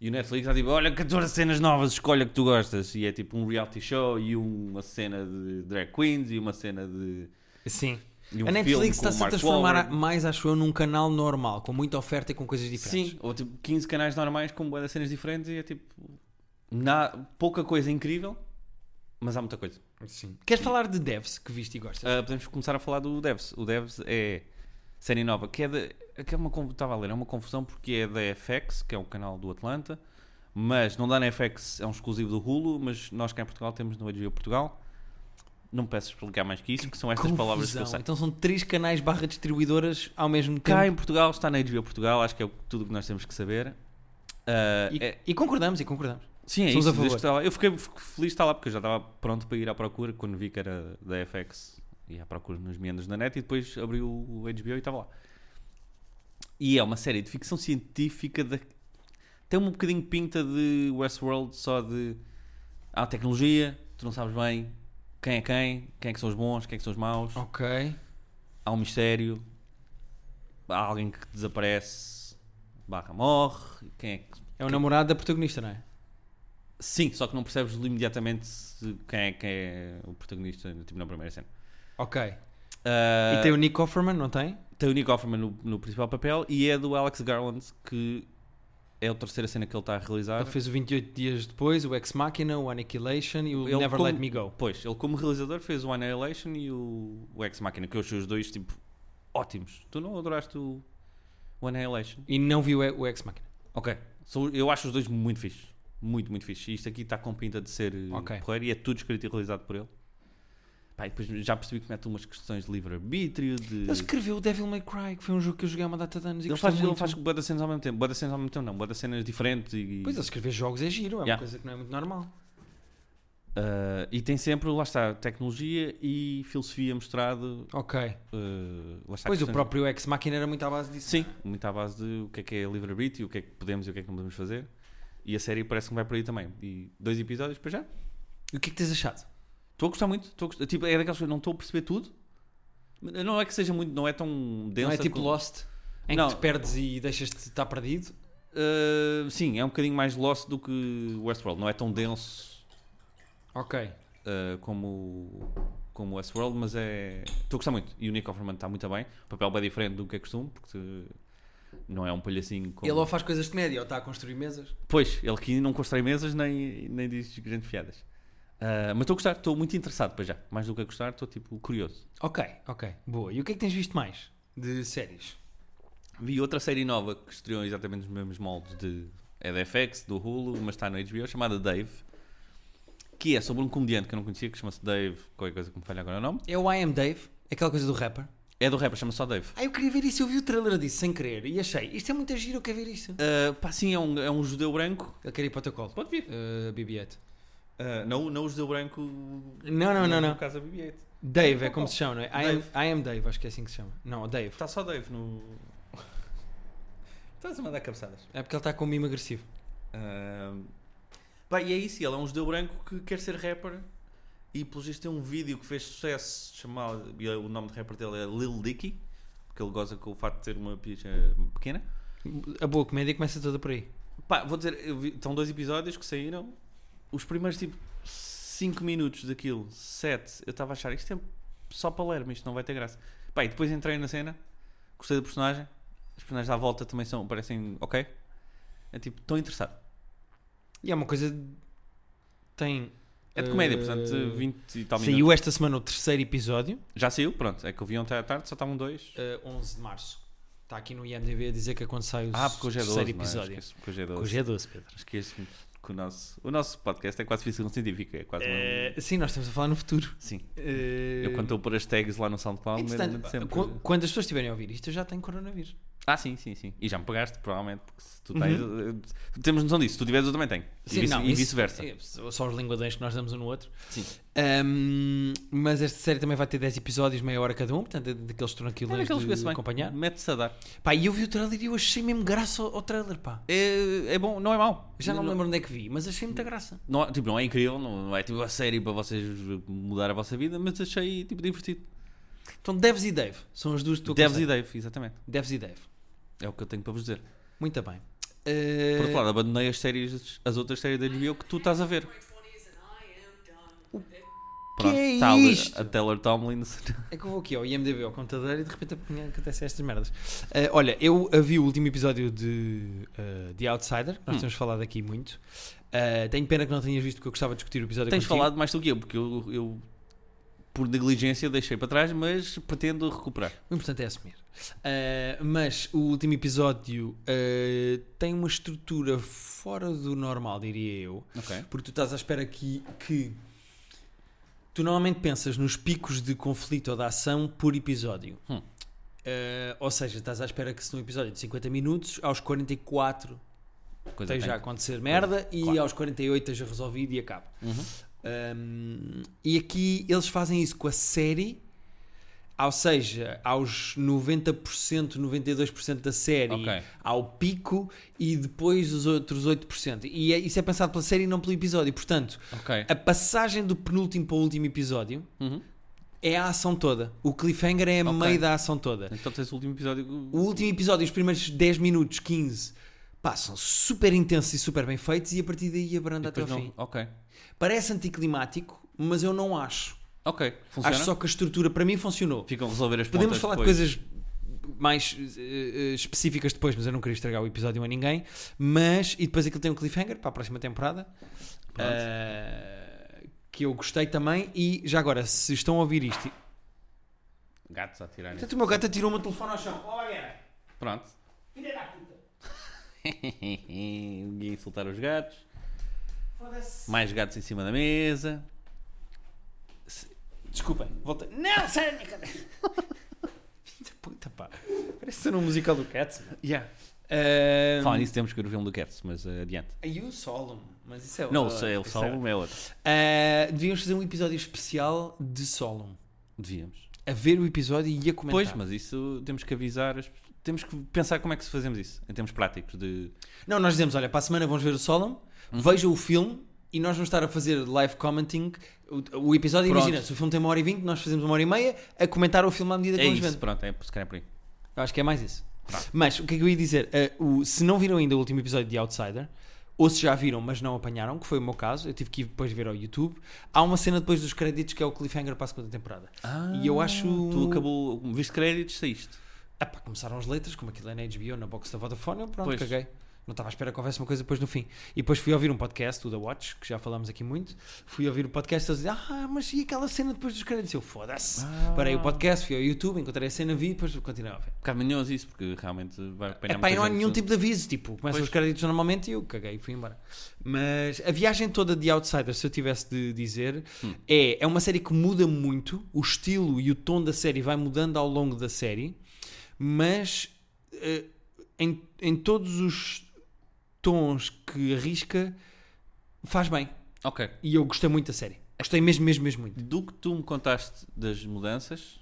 E o Netflix está tipo, olha 14 cenas novas, escolha que tu gostas. E é tipo um reality show e uma cena de drag queens e uma cena de. Sim. E um a filme Netflix com o está-se a Mark transformar Wahlberg. a- mais, acho eu, num canal normal, com muita oferta e com coisas diferentes. Sim, ou tipo 15 canais normais com boas cenas diferentes e é tipo. Na, pouca coisa incrível, mas há muita coisa. Sim. Queres falar de devs que viste e gostas? Ah, podemos começar a falar do Devs. O Devs é série nova, que é, de, que é uma, conf- estava a ler, é uma confusão porque é da FX, que é um canal do Atlanta, mas não dá na FX, é um exclusivo do Hulu, mas nós cá em Portugal temos no HBO Portugal. Não me peço explicar mais que isso, porque são estas Ah, palavras que eu Confusão. sei. Então são três canais barra distribuidoras ao mesmo tempo. Cá em Portugal está na HBO Portugal, acho que é o- tudo o que nós temos que saber. Ah, E, é- e concordamos, e concordamos. Sim, é Somos isso. a favor. desde que está lá. Eu fiquei fico feliz de estar lá porque eu já estava pronto para ir à procura quando vi que era da FX e à procura nos meandros da net e depois abri o o HBO e estava lá. E é uma série de ficção científica da- tem um bocadinho pinta de Westworld só de há tecnologia, tu não sabes bem quem é quem, quem é que são os bons, quem é que são os maus Ok. há um mistério, há alguém que desaparece, barra morre, quem é que... É o namorado da protagonista, não é? Sim, só que não percebes imediatamente se- quem é que é o protagonista tipo, na primeira cena. Ok. Ah, e tem tem, o Nick Offerman, não tem? o Nick Offerman no, no principal papel e é do Alex Garland, que é a terceira cena que ele está a realizar. Ele fez o 28 dias depois, o Ex Machina, o Annihilation e o Ele Never como- Let Me Go. Pois, ele como realizador fez o Annihilation e o, o Ex Machina, que eu achei os dois, tipo, ótimos. Tu não adoraste o, o Annihilation? E não viu o o Ex Machina. Ok. Sou- eu acho os dois muito fixe. Muito, muito fixe. E isto aqui está com pinta de ser eh, Ok. porreiro e é tudo escrito e realizado por ele. Pá, e depois já percebi que mete umas questões de livre-arbítrio, de... Ele escreveu o Devil May Cry, que foi um jogo que eu joguei há uma data de anos e Ele gostei faz, ele muito. faz bué de cenas ao mesmo tempo. Bué de cenas ao mesmo tempo, não. Bué de cenas diferentes e... Pois, ele escrever jogos é giro, é uma Yeah. coisa que não é muito normal. Ah, e tem sempre, lá está, tecnologia e filosofia mostrado. Ok. ah, lá está, Pois, o questões- próprio Ex Machina era muito à base disso. Sim, muito à base de o que é que é livre-arbítrio, o que é que podemos e o que é que não podemos fazer. E a série parece que vai por aí também. E dois episódios para já. E o que é que tens achado? Estou a gostar muito. Estou a gostar- Tipo, é daquelas coisas, não estou a perceber tudo. Não é que seja muito, não é tão densa. não é tipo como- Lost, em Não. que te perdes e deixas-te estar perdido? Ah, sim, é um bocadinho mais Lost do que Westworld. Não é tão denso Ok. ah, como, como Westworld, mas é. Estou a gostar muito. E o Nick Offerman está muito bem. O papel bem diferente do que é costume, porque ah, não é um palhacinho como. Ele ou faz coisas de comédia ou está a construir mesas? Pois, ele que não constrói mesas nem, nem diz grandes piadas. Ah, mas estou a gostar, estou muito interessado para já. Mais do que a gostar, estou tipo curioso. Ok, ok. Boa. E o que é que tens visto mais de séries? Vi outra série nova que estreou exatamente nos mesmos moldes de é da FX, do Hulu, mas está na HBO, chamada Dave, que é sobre um comediante que eu não conhecia, que chama-se Dave, qualquer coisa que me falha agora o nome. É o I Am Dave, aquela coisa do rapper. É do rapper, chama-se só Dave. Ah, eu queria ver isso, eu vi o trailer disso sem querer e achei, isto é muito giro, eu quero ver isto. Ah, pá, sim, é um, é um judeu branco. Eu quero ir para o teu colo. Pode vir. Uh, BB-8. Ah, não, não o judeu branco. Não, não, não, não. No caso da BB-8. Dave é como se chama, não é? I am, Dave. I am Dave, acho que é assim que se chama. Não, Dave. Está só Dave no. Estás a mandar cabeçadas. É porque ele está com um mimo agressivo. Ahm, pá, e é isso, ele é um judeu branco que quer ser rapper e pelo visto tem um vídeo que fez sucesso chamado, e o nome de rapper dele é Lil Dicky, porque ele goza com o facto de ter uma pija pequena. A boa comédia começa toda por aí. Pá, vou dizer, eu vi- estão dois episódios que saíram, os primeiros tipo 5 minutos daquilo, 7, eu estava a achar isto é só palermo, isto não vai ter graça. Pá, e depois entrei na cena, gostei do personagem, os personagens à volta também são, parecem ok. É tipo, estou interessado. E é uma coisa. de- Tem. É de comédia, eh, portanto, 20 e tal minutos. Saiu esta semana o terceiro episódio, Já saiu, pronto. É que eu vi ontem à tarde, só estavam dois. eh, 11 de março. Está aqui no IMDb a dizer que é quando sai o Ah, porque hoje é 12. terceiro não é? episódio. Esqueço, Porque hoje é 12. Hoje é 12, Pedro. Esqueço-me que o nosso, o nosso podcast é quase ficção científica. É quase Eh, sim, nós estamos a falar no futuro. um... Sim. Eh, Eu quando estou por as tags lá no SoundCloud, entretanto, medo-me sempre. qu- quando as pessoas estiverem a ouvir isto, eu já tenho coronavírus. Ah, sim, sim, sim. E já me pagaste, provavelmente, porque se tu tens... eh, Temos noção disso. Se tu tiveres, eu também tenho. E vice- Uhum. não, e isso- vice-versa. eh, Só os linguadões que nós damos um no outro. Sim. Ahm, mas esta série também vai ter 10 episódios, meia hora cada um, portanto, é daqueles tranquilos Olha que eles de bem. acompanhar. Mete-se a dar. Pá, e eu vi o trailer e eu achei mesmo graça ao, ao trailer, pá. É, é bom, não é mau. Já não me lembro onde é que vi, mas achei muita graça. Não, tipo, não é incrível, não é tipo a série para vocês mudar a vossa vida, mas achei tipo divertido. Então, Devs e Dave são as duas que tu Devs e aconselhas. Dave, exatamente. Devs e Dave. É o que eu tenho para vos dizer. Muito bem. Eh, Por outro lado, abandonei as séries, as outras séries da HBO que tu estás a ver. Pronto, é está ali isto? A Taylor Tomlinson. É que eu vou aqui ao IMDB, ao computador, e de repente acontecem estas merdas. Eh, olha, eu vi o último episódio de eh, The Outsider, que nós Hum. temos falado aqui muito. Eh, tenho pena que não tenhas visto, porque eu gostava de discutir o episódio Tens contigo. falado mais do que eu, porque eu, eu, por negligência, deixei para trás, mas pretendo recuperar. O importante é assumir. Uh, mas o último episódio uh, tem uma estrutura fora do normal, diria eu. Ok. Porque tu estás à espera que, que. Tu normalmente pensas nos picos de conflito ou de ação por episódio. Ah, Hum. Uh, um ou seja, estás à espera que se num episódio de 50 minutos, aos 44 coisa esteja tem- a acontecer merda e Claro. Uhum. aos 48 esteja resolvido e acaba. Um, e aqui eles fazem isso com a série, ou seja, aos 90%, 92% da série, Ok. ao pico e depois os outros 8%. E é- isso é pensado pela série e não pelo episódio. Portanto, Ok. a passagem do penúltimo para o último episódio Uhum. é a ação toda. O cliffhanger é a Ok. meio da ação toda. Então tens o último episódio. O último episódio, os primeiros 10 minutos, 15, passam super intensos e super bem feitos e a partir daí abranda até ao depois não- fim. Ok. Parece anticlimático, mas eu não acho. Ok. Funciona. Acho só que a estrutura para mim funcionou. Ficam a resolver as Podemos pontas falar depois. de coisas mais eh, eh, específicas depois, mas eu não queria estragar o episódio a ninguém. Mas, e depois aquilo tem um cliffhanger para a próxima temporada. Pronto. eh, que eu gostei também. E já agora, se estão a ouvir isto. Gatos a tirarem. Portanto, o meu gato atirou o meu telefone ao chão. Olá, galera. Então, Pronto. Filha da puta. o Gui a insultar os gatos. Foda-se. Mais gatos em cima da mesa. Desculpem, volta. Não, sério, minha cara. Filha da puta, pá. Parece ser um musical do Cats. mano. Yeah. Eh, Falar nisso, temos que ver o filme do Cats, mas eh, adiante. E o Solomon, mas isso é Não, o outro- Sal- o isso é outro. Salmo Hum. é outro. Ah, devíamos fazer um episódio especial de Solomon. Devíamos. A ver o episódio e a comentar. Pois, mas isso temos que avisar. as- Temos que pensar como é que se fazemos isso, em termos práticos. De... Não, nós dizemos, olha, para a semana vamos ver o Solomon, Uhum. vejam o filme e nós vamos estar a fazer live commenting o, o episódio. Pronto. Imagina, se o filme tem uma hora e vinte, nós fazemos uma hora e meia a comentar o filme à medida que É vamos isso, vendo. pronto, é, se calhar é por aí. Eu acho que é mais isso. Pronto. Mas o que é que eu ia dizer? Ah, o- se não viram ainda o último episódio de Outsider, ou se já viram, mas não apanharam, que foi o meu caso, eu tive que ir depois ver ao YouTube. Há uma cena depois dos créditos que é o cliffhanger para a segunda temporada. E eu acho- Ah, Tu acabou. Viste créditos, é saíste. Ah pá, começaram as letras, como aquilo é na HBO, na box da Vodafone, eu pronto, Pois. caguei. Não estava à espera que houvesse uma coisa depois no fim. E depois fui ouvir um podcast, o The Watch, que já falámos aqui muito. Fui ouvir o podcast e eles diziam, ah, mas e aquela cena depois dos créditos? Eu, foda-se. Ah. Parei o podcast, fui ao YouTube, encontrei a cena, vi e depois continuava a ver. Caminhoso isso, porque realmente vai É apanhar pá, e muita não há gente. nenhum tipo de aviso. Tipo, começam Pois. os créditos normalmente e eu caguei e fui embora. Mas a viagem toda de Outsiders, se eu tivesse de dizer, Hum. é, é uma série que muda muito. O estilo e o tom da série vai mudando ao longo da série. Mas eh, em, em todos os tons que arrisca, faz bem. Ok. E eu gostei muito da série. Gostei mesmo, mesmo, mesmo muito. Do que tu me contaste das mudanças,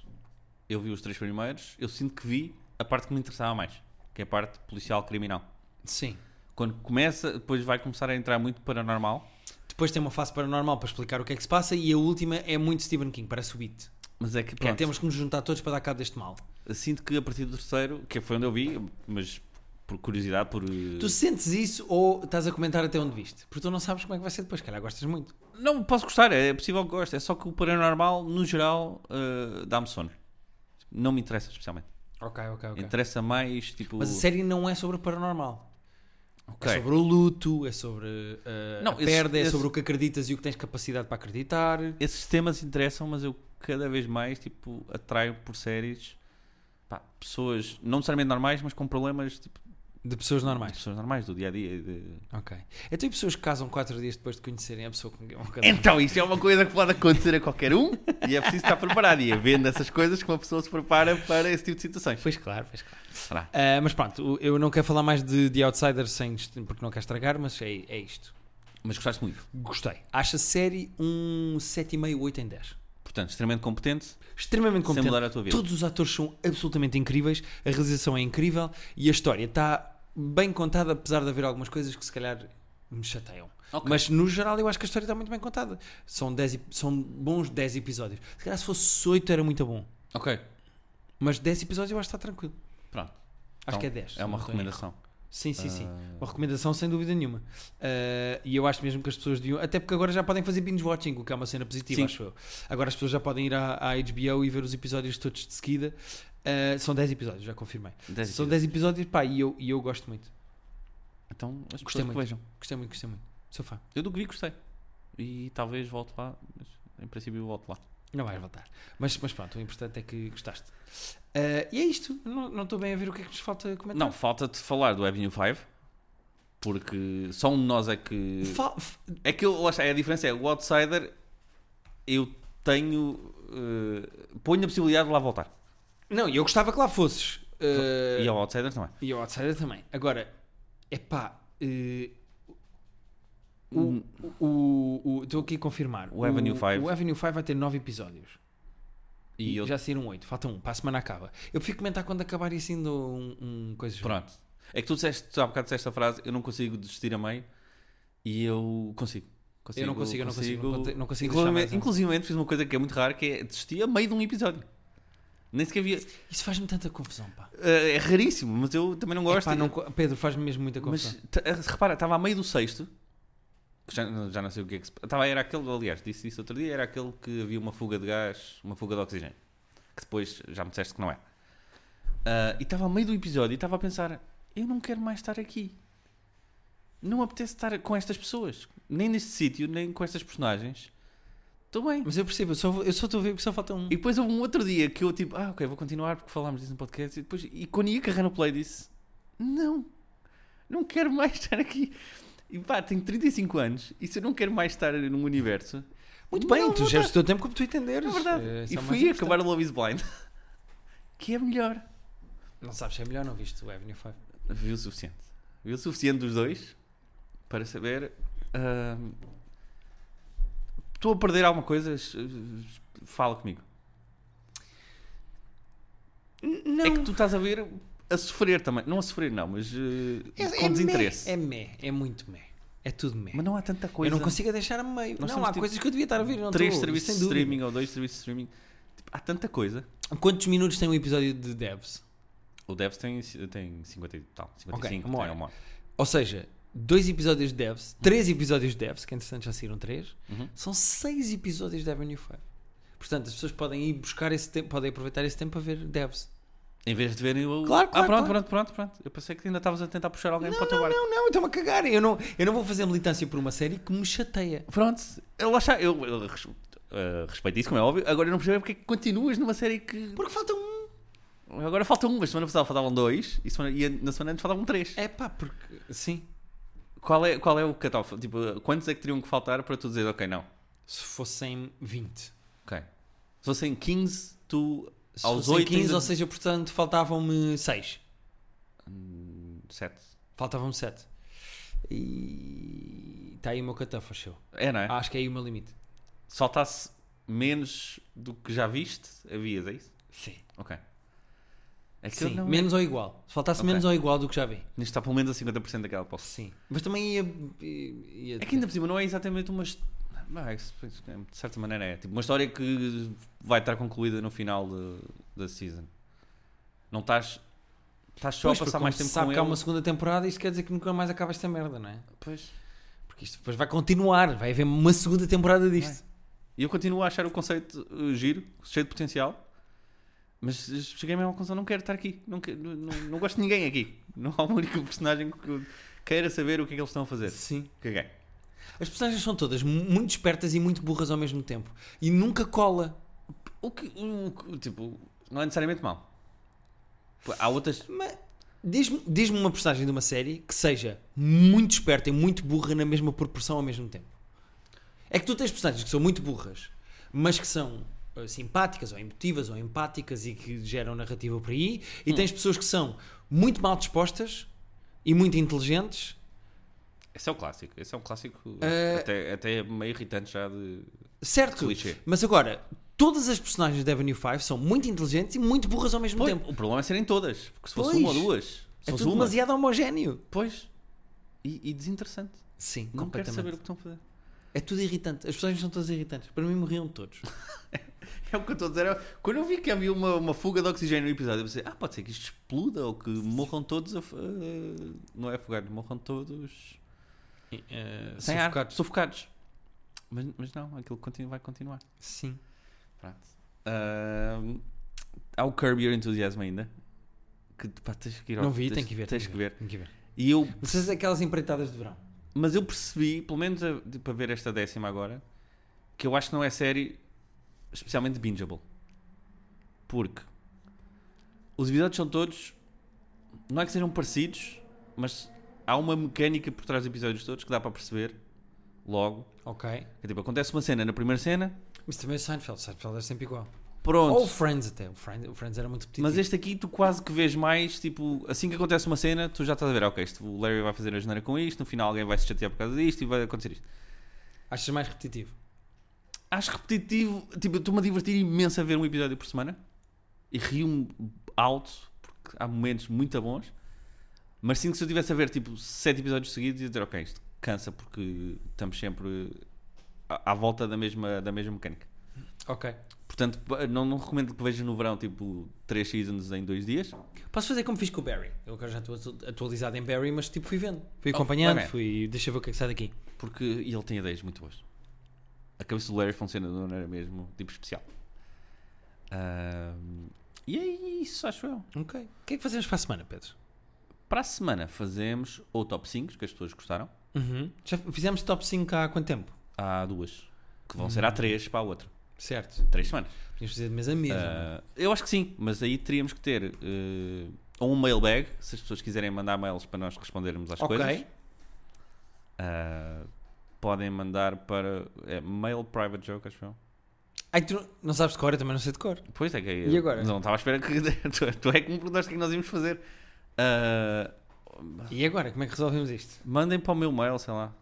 eu vi os três primeiros, eu sinto que vi a parte que me interessava mais, que é a parte policial criminal. Sim. Quando começa, depois vai começar a entrar muito paranormal, Depois tem uma fase paranormal para explicar o que é que se passa. E a última é muito Stephen King, parece o beat. mas é que Que é, pronto, temos que nos juntar todos para dar cabo deste mal. sinto que a partir do terceiro, que foi onde eu vi, mas por curiosidade, por. eh, Tu sentes isso ou estás a comentar até onde viste? Porque tu não sabes como é que vai ser depois, calhar gostas muito. Não, posso gostar, é possível que goste, é só que o paranormal, no geral, eh, dá-me sono. Não me interessa especialmente. Ok, ok, ok. Interessa mais, tipo. Mas a série não é sobre o paranormal. Ok. É sobre o luto, é sobre uh, Não, a esse- perda, é esse- sobre o que acreditas e o que tens capacidade para acreditar. esses temas interessam, mas eu cada vez mais tipo, atraio por séries pá, pessoas não necessariamente normais, mas com problemas tipo, De pessoas mais normais. pessoas normais do dia a dia. de- Ok. Então e pessoas que casam 4 dias depois de conhecerem a pessoa com quem vão casar? Então, isto é uma coisa que pode acontecer a qualquer um e é preciso estar preparado. E é vendo essas coisas que uma pessoa se prepara para esse tipo de situações. Pois claro, pois claro. Será? Ah, mas pronto, o- eu não quero falar mais de, de Outsiders sem, dest- porque não quero estragar, mas é, é isto. Mas gostaste muito. Gostei. Acho a série um 7,5, 8 em 10. Portanto, extremamente competente. extremamente Sem competente. mudar a tua vida. Todos os atores são absolutamente incríveis, a realização é incrível e a história está bem contada, apesar de haver algumas coisas que se calhar me chateiam. Ok. Mas no geral eu acho que a história está muito bem contada. São, 10, ep- são bons 10 episódios. Se calhar se fosse 8 era muito bom. Ok. Mas 10 episódios eu acho que está tranquilo. Pronto. Acho Então, que é 10. É se não estou em uma erro. recomendação. Sim, sim, sim. Ah. Uma recomendação sem dúvida nenhuma. Ah, e eu acho mesmo que as pessoas deviam. Até porque agora já podem fazer binge watching, o que é uma cena positiva, Sim. acho eu. Agora as pessoas já podem ir à, à HBO e ver os episódios todos de seguida. Ah, são 10 episódios, já confirmei. Dez são episódios. 10 episódios, pá, e eu, e eu gosto muito. Então, as Gostei pessoas que muito. vejam. Gostei muito, gostei muito. Sou fã. Eu do que vi, gostei. E talvez volte lá, mas em princípio eu volto lá. Não vais voltar. Mas, mas pronto, o importante é que gostaste. Ah, e é isto. Não não estou bem a ver o que é que nos falta comentar. Não, falta-te falar do Avenue 5, porque só um de nós é que. Fa- f- É que eu, lá está, é a diferença é o outsider, eu tenho. eh, ponho a possibilidade de lá voltar. Não, e eu gostava que lá fosses. Ah, E ao outsider também. E o Outsider também. Agora, é pá, eh, o- o- o- Estou aqui a confirmar. O Avenue Five. Uhum. O Avenue 5 vai ter 9 episódios. E E, eu- já saíram 8. Falta um. Para a semana acaba. Eu fico a comentar quando acabar e assim dou um, um coisa. Pronto. É que tu disseste, tu há bocado disseste esta frase, eu não consigo desistir a meio e eu consigo. Eu não consigo, eu não consigo, não conte- não consigo deixar mais Inclusive, um. inclusive fiz uma coisa que é muito rara, que é desistir a meio de um episódio. Nem sequer havia. Isso faz-me tanta confusão, pá. eh, é raríssimo, mas eu também não gosto. Epá, não co- Pedro, faz-me mesmo muita mas confusão. t- eh, repara, estava a meio do sexto. que Já, já não sei o que é que se. Estava, era aquele, aliás, disse isso outro dia, era aquele que havia uma fuga de gás, uma fuga de oxigênio. Que depois já me disseste que não é. Ah, e estava a meio do episódio e estava a pensar: eu não quero mais estar aqui. Não me apetece estar com estas pessoas. Nem neste sítio, nem com estas personagens. Estou bem. Mas, eu percebo, eu só, vou- eu só estou a ver porque só falta um. E depois houve um outro dia que eu tipo, ah, ok, vou continuar porque falámos disso no podcast. E, depois, e quando ia carregar no play disse, não, não quero mais estar aqui. E pá, tenho 35 anos e se eu não quero mais estar num universo. Muito não bem, vou tu geres o teu tempo como tu entenderes. É verdade. Eh, isso e é o mais fui importante. acabar o Love is Blind, que é melhor. Não sabes se é melhor, não viste o Avenue 5. Viu o suficiente. Viu o suficiente dos dois para saber. ahm, Estou a perder alguma coisa? Es- es- Fala comigo. Não. É que tu estás a ver a sofrer também. Não a sofrer, não, mas eh, com desinteresse. É mé, é muito mé. É tudo mé. Mas não há tanta Eu coisa. não consigo a deixar a meio. Nós não, temos há tipo coisas que eu devia estar a ver. Não Três estou, serviços sem de dúvida. streaming ou dois serviços de streaming. Tipo, há tanta coisa. Quantos minutos tem um episódio de Devs? O Devs tem, tem 50 e tal, 55, uma tem hora. uma hora. Ou seja, dois episódios de Devs, três episódios de Devs, que entretanto já saíram três, Uhum. são seis episódios de Avenue 5. Portanto, as pessoas podem ir buscar esse tempo, podem aproveitar esse tempo para ver Devs. Em vez de verem o. Claro, claro, ah, pronto, claro. pronto, pronto, pronto. Eu pensei que ainda estavas a tentar puxar alguém para Não, o teu não, barco. não, não, estão a cagar. Eu não, eu não vou fazer militância por uma série que me chateia. Pronto, eu, lá está, eu, eu res- eh, respeito isso, como é óbvio. Agora eu não percebo é porque é que continuas numa série que. Porque falta um. Agora falta um, mas semana passada faltavam dois e, semana- e na semana antes faltavam três. É pá, porque. Sim. Qual é, qual é o cutoff? Tipo, quantos é que teriam que faltar para tu dizer, ok, não? Se fossem 20. Ok. Se fossem 15, tu Se aos fossem 8 15, ainda... ou seja, portanto, faltavam-me 6. 7. Faltavam-me 7. E está aí o meu catafo, show. É, não é? Acho que é aí o meu limite. Se faltasse menos do que já viste, havias, é isso? Sim. Ok. É que eu Sim. não... Menos ou igual. Se faltasse Ok. menos ou igual do que já vi. Tinhas de estar pelo menos a 50% daquela posse. Sim. Mas também ia. ia- ia- É que ainda por cima não é exatamente uma. his- Não, é, isso- isso é- de certa maneira é. Tipo, uma história que vai estar concluída no final de- da season. Não estás. Estás só Pois, a porque passar como mais se tempo sabe com que ele. há uma segunda temporada, isso quer dizer que nunca mais acaba esta merda, não é? Pois. Porque isto depois vai continuar. Vai haver uma segunda temporada disto. E eu continuo a achar o conceito uh, giro, cheio de potencial. Mas cheguei mesmo à conclusão: não quero estar aqui. Não, quero- não, não- não gosto de ninguém aqui. Não há um único personagem que eu queira saber o que é que eles estão a fazer. é. Sim. Caguei. As personagens são todas mu- muito espertas e muito burras ao mesmo tempo. E nunca cola. O que. o que- tipo, não é necessariamente mau. Pô, Há outras. Mas diz-me diz uma personagem de uma série que seja muito esperta e muito burra na mesma proporção ao mesmo tempo. É que tu tens personagens que são muito burras, mas que são eh, simpáticas ou emotivas ou empáticas e que geram narrativa por aí, Hum. e tens pessoas que são muito mal dispostas e muito inteligentes. Esse é o clássico. Esse é um clássico Eh, até, até meio irritante já de. Certo, Clichê. mas agora, todas as personagens da Avenue 5 são muito inteligentes e muito burras ao mesmo Pois, um tempo. o problema é serem todas. Porque se fosse Pois. uma ou duas. Se É fosse tudo uma. demasiado homogéneo. Pois. E, e desinteressante. Sim, Não quero completamente. saber o que estão a fazer. É tudo irritante. As personagens são todas irritantes. Para mim morriam todos. É o que eu estou a dizer. Quando eu vi que havia uma, uma fuga de oxigênio no episódio, eu pensei, ah, pode ser que isto exploda ou que morram todos. A, f- eh, não é afogados, morram todos. Sem ar, sufocados. sufocados. Mas, mas não, aquilo continu- vai continuar. Sim. Pronto. Ahm, há o Curb Your Enthusiasm ainda. Que pá, tens que ir ao- Não vi, tens, tem que ver. Tens tenho que ver. Tenho que ver. E eu Vocês aquelas empreitadas de verão. Mas eu percebi, pelo menos a- de- para ver esta décima agora, que eu acho que não é série especialmente bingeable. Porque os episódios são todos. Não é que sejam parecidos, mas há uma mecânica por trás dos episódios todos que dá para perceber logo. Ok. É tipo, acontece uma cena na primeira cena, Mas também o Seinfeld. Seinfeld é sempre igual. Pronto. Ou o Friends até. O Friends, o Friends era muito petitivo. Mas este aqui tu quase que vês mais, tipo, assim que acontece uma cena, tu já estás a ver, ok, isto, o Larry vai fazer a janeira com isto, no final alguém vai se chatear por causa disto e vai acontecer isto. Achas mais repetitivo? Acho repetitivo, tipo, eu estou-me a divertir imenso a ver um episódio por semana e rio-me alto, porque há momentos muito bons, mas sinto que se eu estivesse a ver, tipo, sete episódios seguidos e dizer, ok, isto cansa porque estamos sempre à, à volta da mesma, da mesma mecânica. Ok. Portanto, pa- não, não recomendo que veja no verão, tipo, três seasons em dois dias. Posso fazer como fiz com o Barry. Eu agora já estou atu- atualizado em Barry, mas tipo fui vendo. Oh, Fui acompanhando, ok. fui. Deixa eu ver o que é que sai daqui. Porque ele tem ideias muito boas. A cabeça do Larry funciona de uma maneira mesmo, tipo especial. Ahm, e é isso, acho eu. Ok. O que é que fazemos para a semana, Pedro? Para a semana fazemos ou top 5, que as pessoas gostaram. Uhum. Já fizemos top 5 há quanto tempo? Há duas. Que vão Hum. ser há três para a outra. Certo. Três semanas. Podíamos fazer de mesa a mesa. não é? Ah, eu acho que sim, mas aí teríamos que ter eh, ou um mailbag, se as pessoas quiserem mandar mails para nós respondermos às ok. coisas. Ah, podem mandar para é, mail private joke, acho eu. Ai, tu não- não sabes de cor, eu também não sei de cor. Pois é que E agora? Não estava à espera que tu, tu é que me perguntaste o que é que nós íamos fazer. Ah, E agora, como é que resolvemos isto? mandem para o meu mail, sei lá.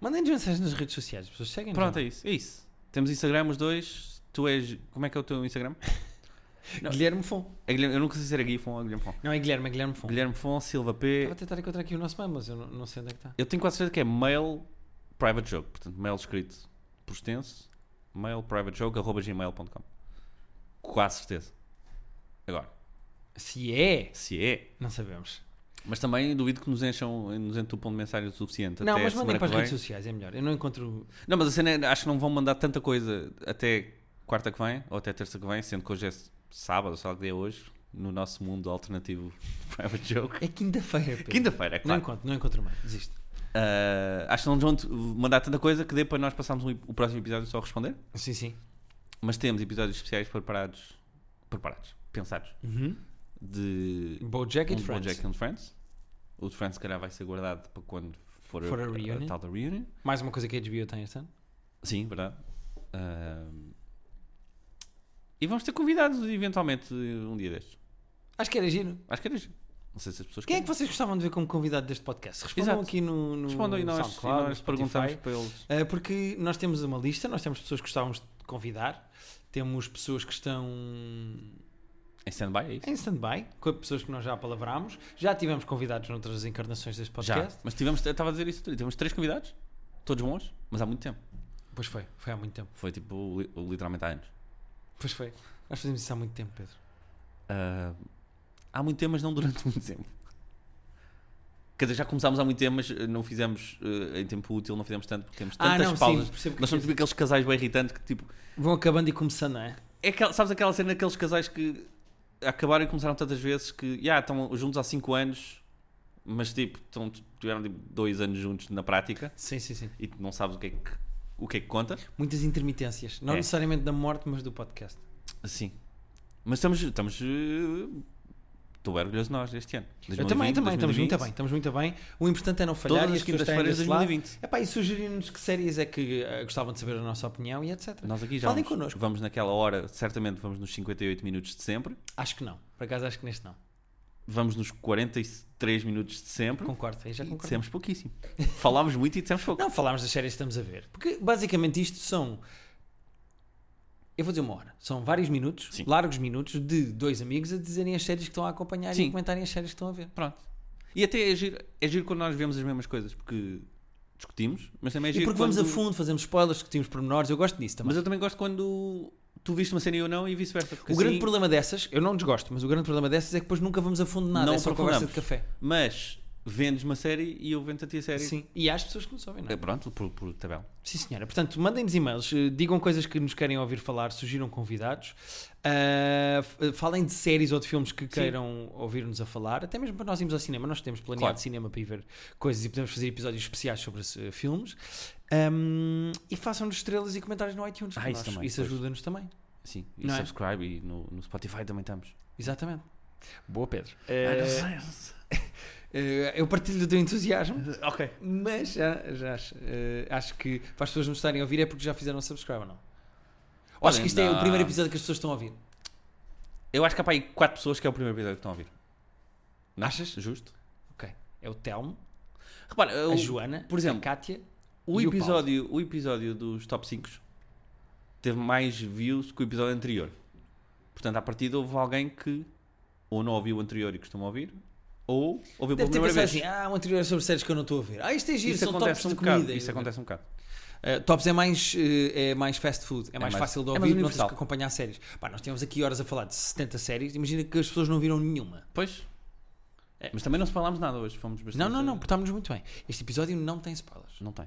Mandem-nos mensagens nas redes sociais, as pessoas seguem Pronto, é isso. É isso. Temos Instagram os dois. Tu és. Como é que é o teu Instagram? não. Guilherme Fon. É Guilherme- eu nunca sei se era Guifon ou Guilherme Fon. Não é Guilherme, é Guilherme Fon. Guilherme Fon, Silva Estava P. a tentar encontrar aqui o nosso mail, mas eu não, não sei onde é que está. Eu tenho quase certeza que é mail private joke. Portanto, mail escrito por extenso. Mail private joke, arroba gmail.com. Quase certeza. Agora, Se é, se é. não sabemos. Mas também duvido que nos encham, nos entupam de mensagens o suficiente. não, até a mas semana mandem para as que redes vem. sociais, é melhor. Eu não encontro. Não, mas a cena é, acho que não vão mandar tanta coisa até quarta que vem, ou até terça que vem, sendo que hoje é sábado, sei lá que dia é hoje, no nosso mundo alternativo private joke. É quinta-feira, Pedro. Quinta-feira, é Não claro. encontro, não encontro mais. Desisto. Ah, acho que não vão t- mandar tanta coisa que dê para nós passarmos um- o próximo episódio só a responder. Sim, sim. Mas temos episódios especiais preparados, preparados, pensados, Uhum. de Bojack um and de Friends. Bojack and Friends. O de Friends, se calhar, vai ser guardado para quando for, For a a- a reunion. tal da reunion. Mais uma coisa que a HBO tem este ano. Sim, verdade. Ahm, E vamos ter convidados eventualmente um dia destes. Acho que era giro. Acho que era giro. Não sei se as pessoas Quem é querem. que vocês gostavam de ver como convidado deste podcast? Respondam Exato. aqui no, no Respondam e nós, e SoundCloud, nós no perguntamos Spotify. para eles. Ah, porque nós temos uma lista, nós temos pessoas que gostávamos de convidar, temos pessoas que estão Em stand-by é isso? em stand-by, com pessoas que nós já palavrámos, já tivemos convidados noutras encarnações deste Já. podcast. Mas tivemos, eu estava a dizer isso, tivemos três convidados, todos bons, mas há muito tempo. Pois foi, foi há muito tempo. Foi tipo li- literalmente há anos. Pois foi. Nós fazemos isso há muito tempo, Pedro. Ah, há muito tempo, mas não durante muito tempo. Quer dizer, já começámos há muito tempo, mas eh, não fizemos eh, em tempo útil, não fizemos tanto porque temos Ah, tantas pausas. percebo o que Nós somos queres tipo aqueles casais bem irritantes que tipo, dizer. Vão acabando e começando, não é? É aquela, sabes aquela cena daqueles casais que acabaram e começaram tantas vezes que já estão juntos há 5 anos, mas tipo, estão, tiveram 2 anos juntos na prática Sim, sim, sim. e tu não sabes o que é que, o que, é que conta. Muitas intermitências. Não É. necessariamente da morte, mas do podcast. Sim. Mas estamos. estamos eh, Estou orgulhoso de nós este ano. eu também, 2020, também. Estamos 2020. muito bem, estamos muito bem. O importante é não falhar Todas e as pessoas estarem quintas-feiras de desse lado. 2020. Epá, e sugerir-nos que séries é que eh, gostavam de saber a nossa opinião e etc. Nós aqui já Falem vamos, connosco. vamos naquela hora, certamente vamos nos 58 minutos de sempre, Acho que não. Por acaso acho que neste não. vamos nos 43 minutos de sempre. Concordo, aí já e concordo. dissemos pouquíssimo. Falámos muito e dissemos pouco. Não falámos das séries que estamos a ver. Porque basicamente isto são. Eu vou dizer uma hora. São vários minutos, Sim. largos minutos, de dois amigos a dizerem as séries que estão a acompanhar e Sim. a comentarem as séries que estão a ver. Pronto. E até é giro, é giro quando nós vemos as mesmas coisas, porque discutimos, mas também é E giro porque vamos a quando- fundo, fazemos spoilers, discutimos pormenores, eu gosto disso também. Mas eu também gosto quando tu viste uma cena e eu não e vice-versa. porque O grande assim- problema dessas, eu não desgosto, mas o grande problema dessas é que depois nunca vamos a fundo de nada, Não é só conversa de aprofundamos. café. Mas vendes uma série e eu vendo a ti a série. Sim. E há as pessoas que nos ouvem, não É, é? pronto, por, por tabela. Sim, senhora. Portanto, mandem-nos e-mails, eh, digam coisas que nos querem ouvir falar, sugiram convidados, ah, f- eh, falem de séries ou de filmes que queiram ouvir-nos a falar, até mesmo para nós irmos ao cinema. Nós temos planeado Claro. cinema para ir ver coisas e podemos fazer episódios especiais sobre eh, filmes. Ahm, e façam-nos estrelas e comentários no iTunes. Ah, para isso nós. também, isso pois. ajuda-nos também. Sim. E Não é? subscribe e no, no Spotify também estamos. Exatamente. Boa, Pedro. Ah, não Eh, sei, não sei. eh, eu partilho do teu entusiasmo. Ok. Mas um já, já acho, eh, acho que para as pessoas não estarem a ouvir é porque já fizeram subscribe ou não? acho que isto é o não. primeiro episódio que as pessoas estão a ouvir. Eu acho que há para aí 4 pessoas que é o primeiro episódio que estão a ouvir. Não Achas? Justo? Ok. É o Telmo, Repara, eu- a Joana, por exemplo, a Kátia. o, e o episódio, o, episódio dos top 5 teve mais views que o episódio anterior. Portanto, à partida houve alguém que ou não ouviu o anterior e costuma ouvir, ou ouviu pela Deve ter primeira pensado assim, vez. ah, um anterior é sobre séries que eu não estou a ver. Ah, isto é giro, isso são tops acontece um de bocado. comida. Isso acontece um bocado. Uh, tops é mais, eh, é mais fast food, é, mais, mais- fácil de é mais ouvir, não tens universal. que acompanhar séries. Pá, nós temos aqui horas a falar de 70 séries, imagina que as pessoas não viram nenhuma. Pois. Mas também não se falámos nada hoje, fomos bastante... eh, Não, não, não, portámos-nos muito bem. Este episódio não tem spoilers. Não tem.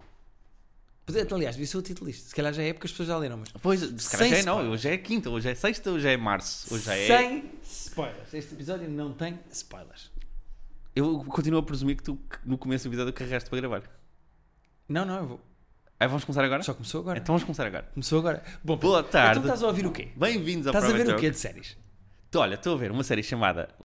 Podia- Aliás, devia ser o título disto. Se calhar já é porque as pessoas já leram, mas. Pois, se calhar Sem já é não, spoiler. hoje é quinta, hoje é sexta, hoje é março, hoje é... Sem spoilers. Este episódio não tem spoilers. Eu continuo a presumir que tu que no começo do episódio carregaste para gravar. Não, não, eu vou. Aí vamos começar agora? Só começou agora. Então vamos começar agora. Começou agora. Bom, Boa então tarde. estás a ouvir o quê? Bem-vindos ao Estás a ver Private o quê Joke. de séries? Olha, estou a ver uma série chamada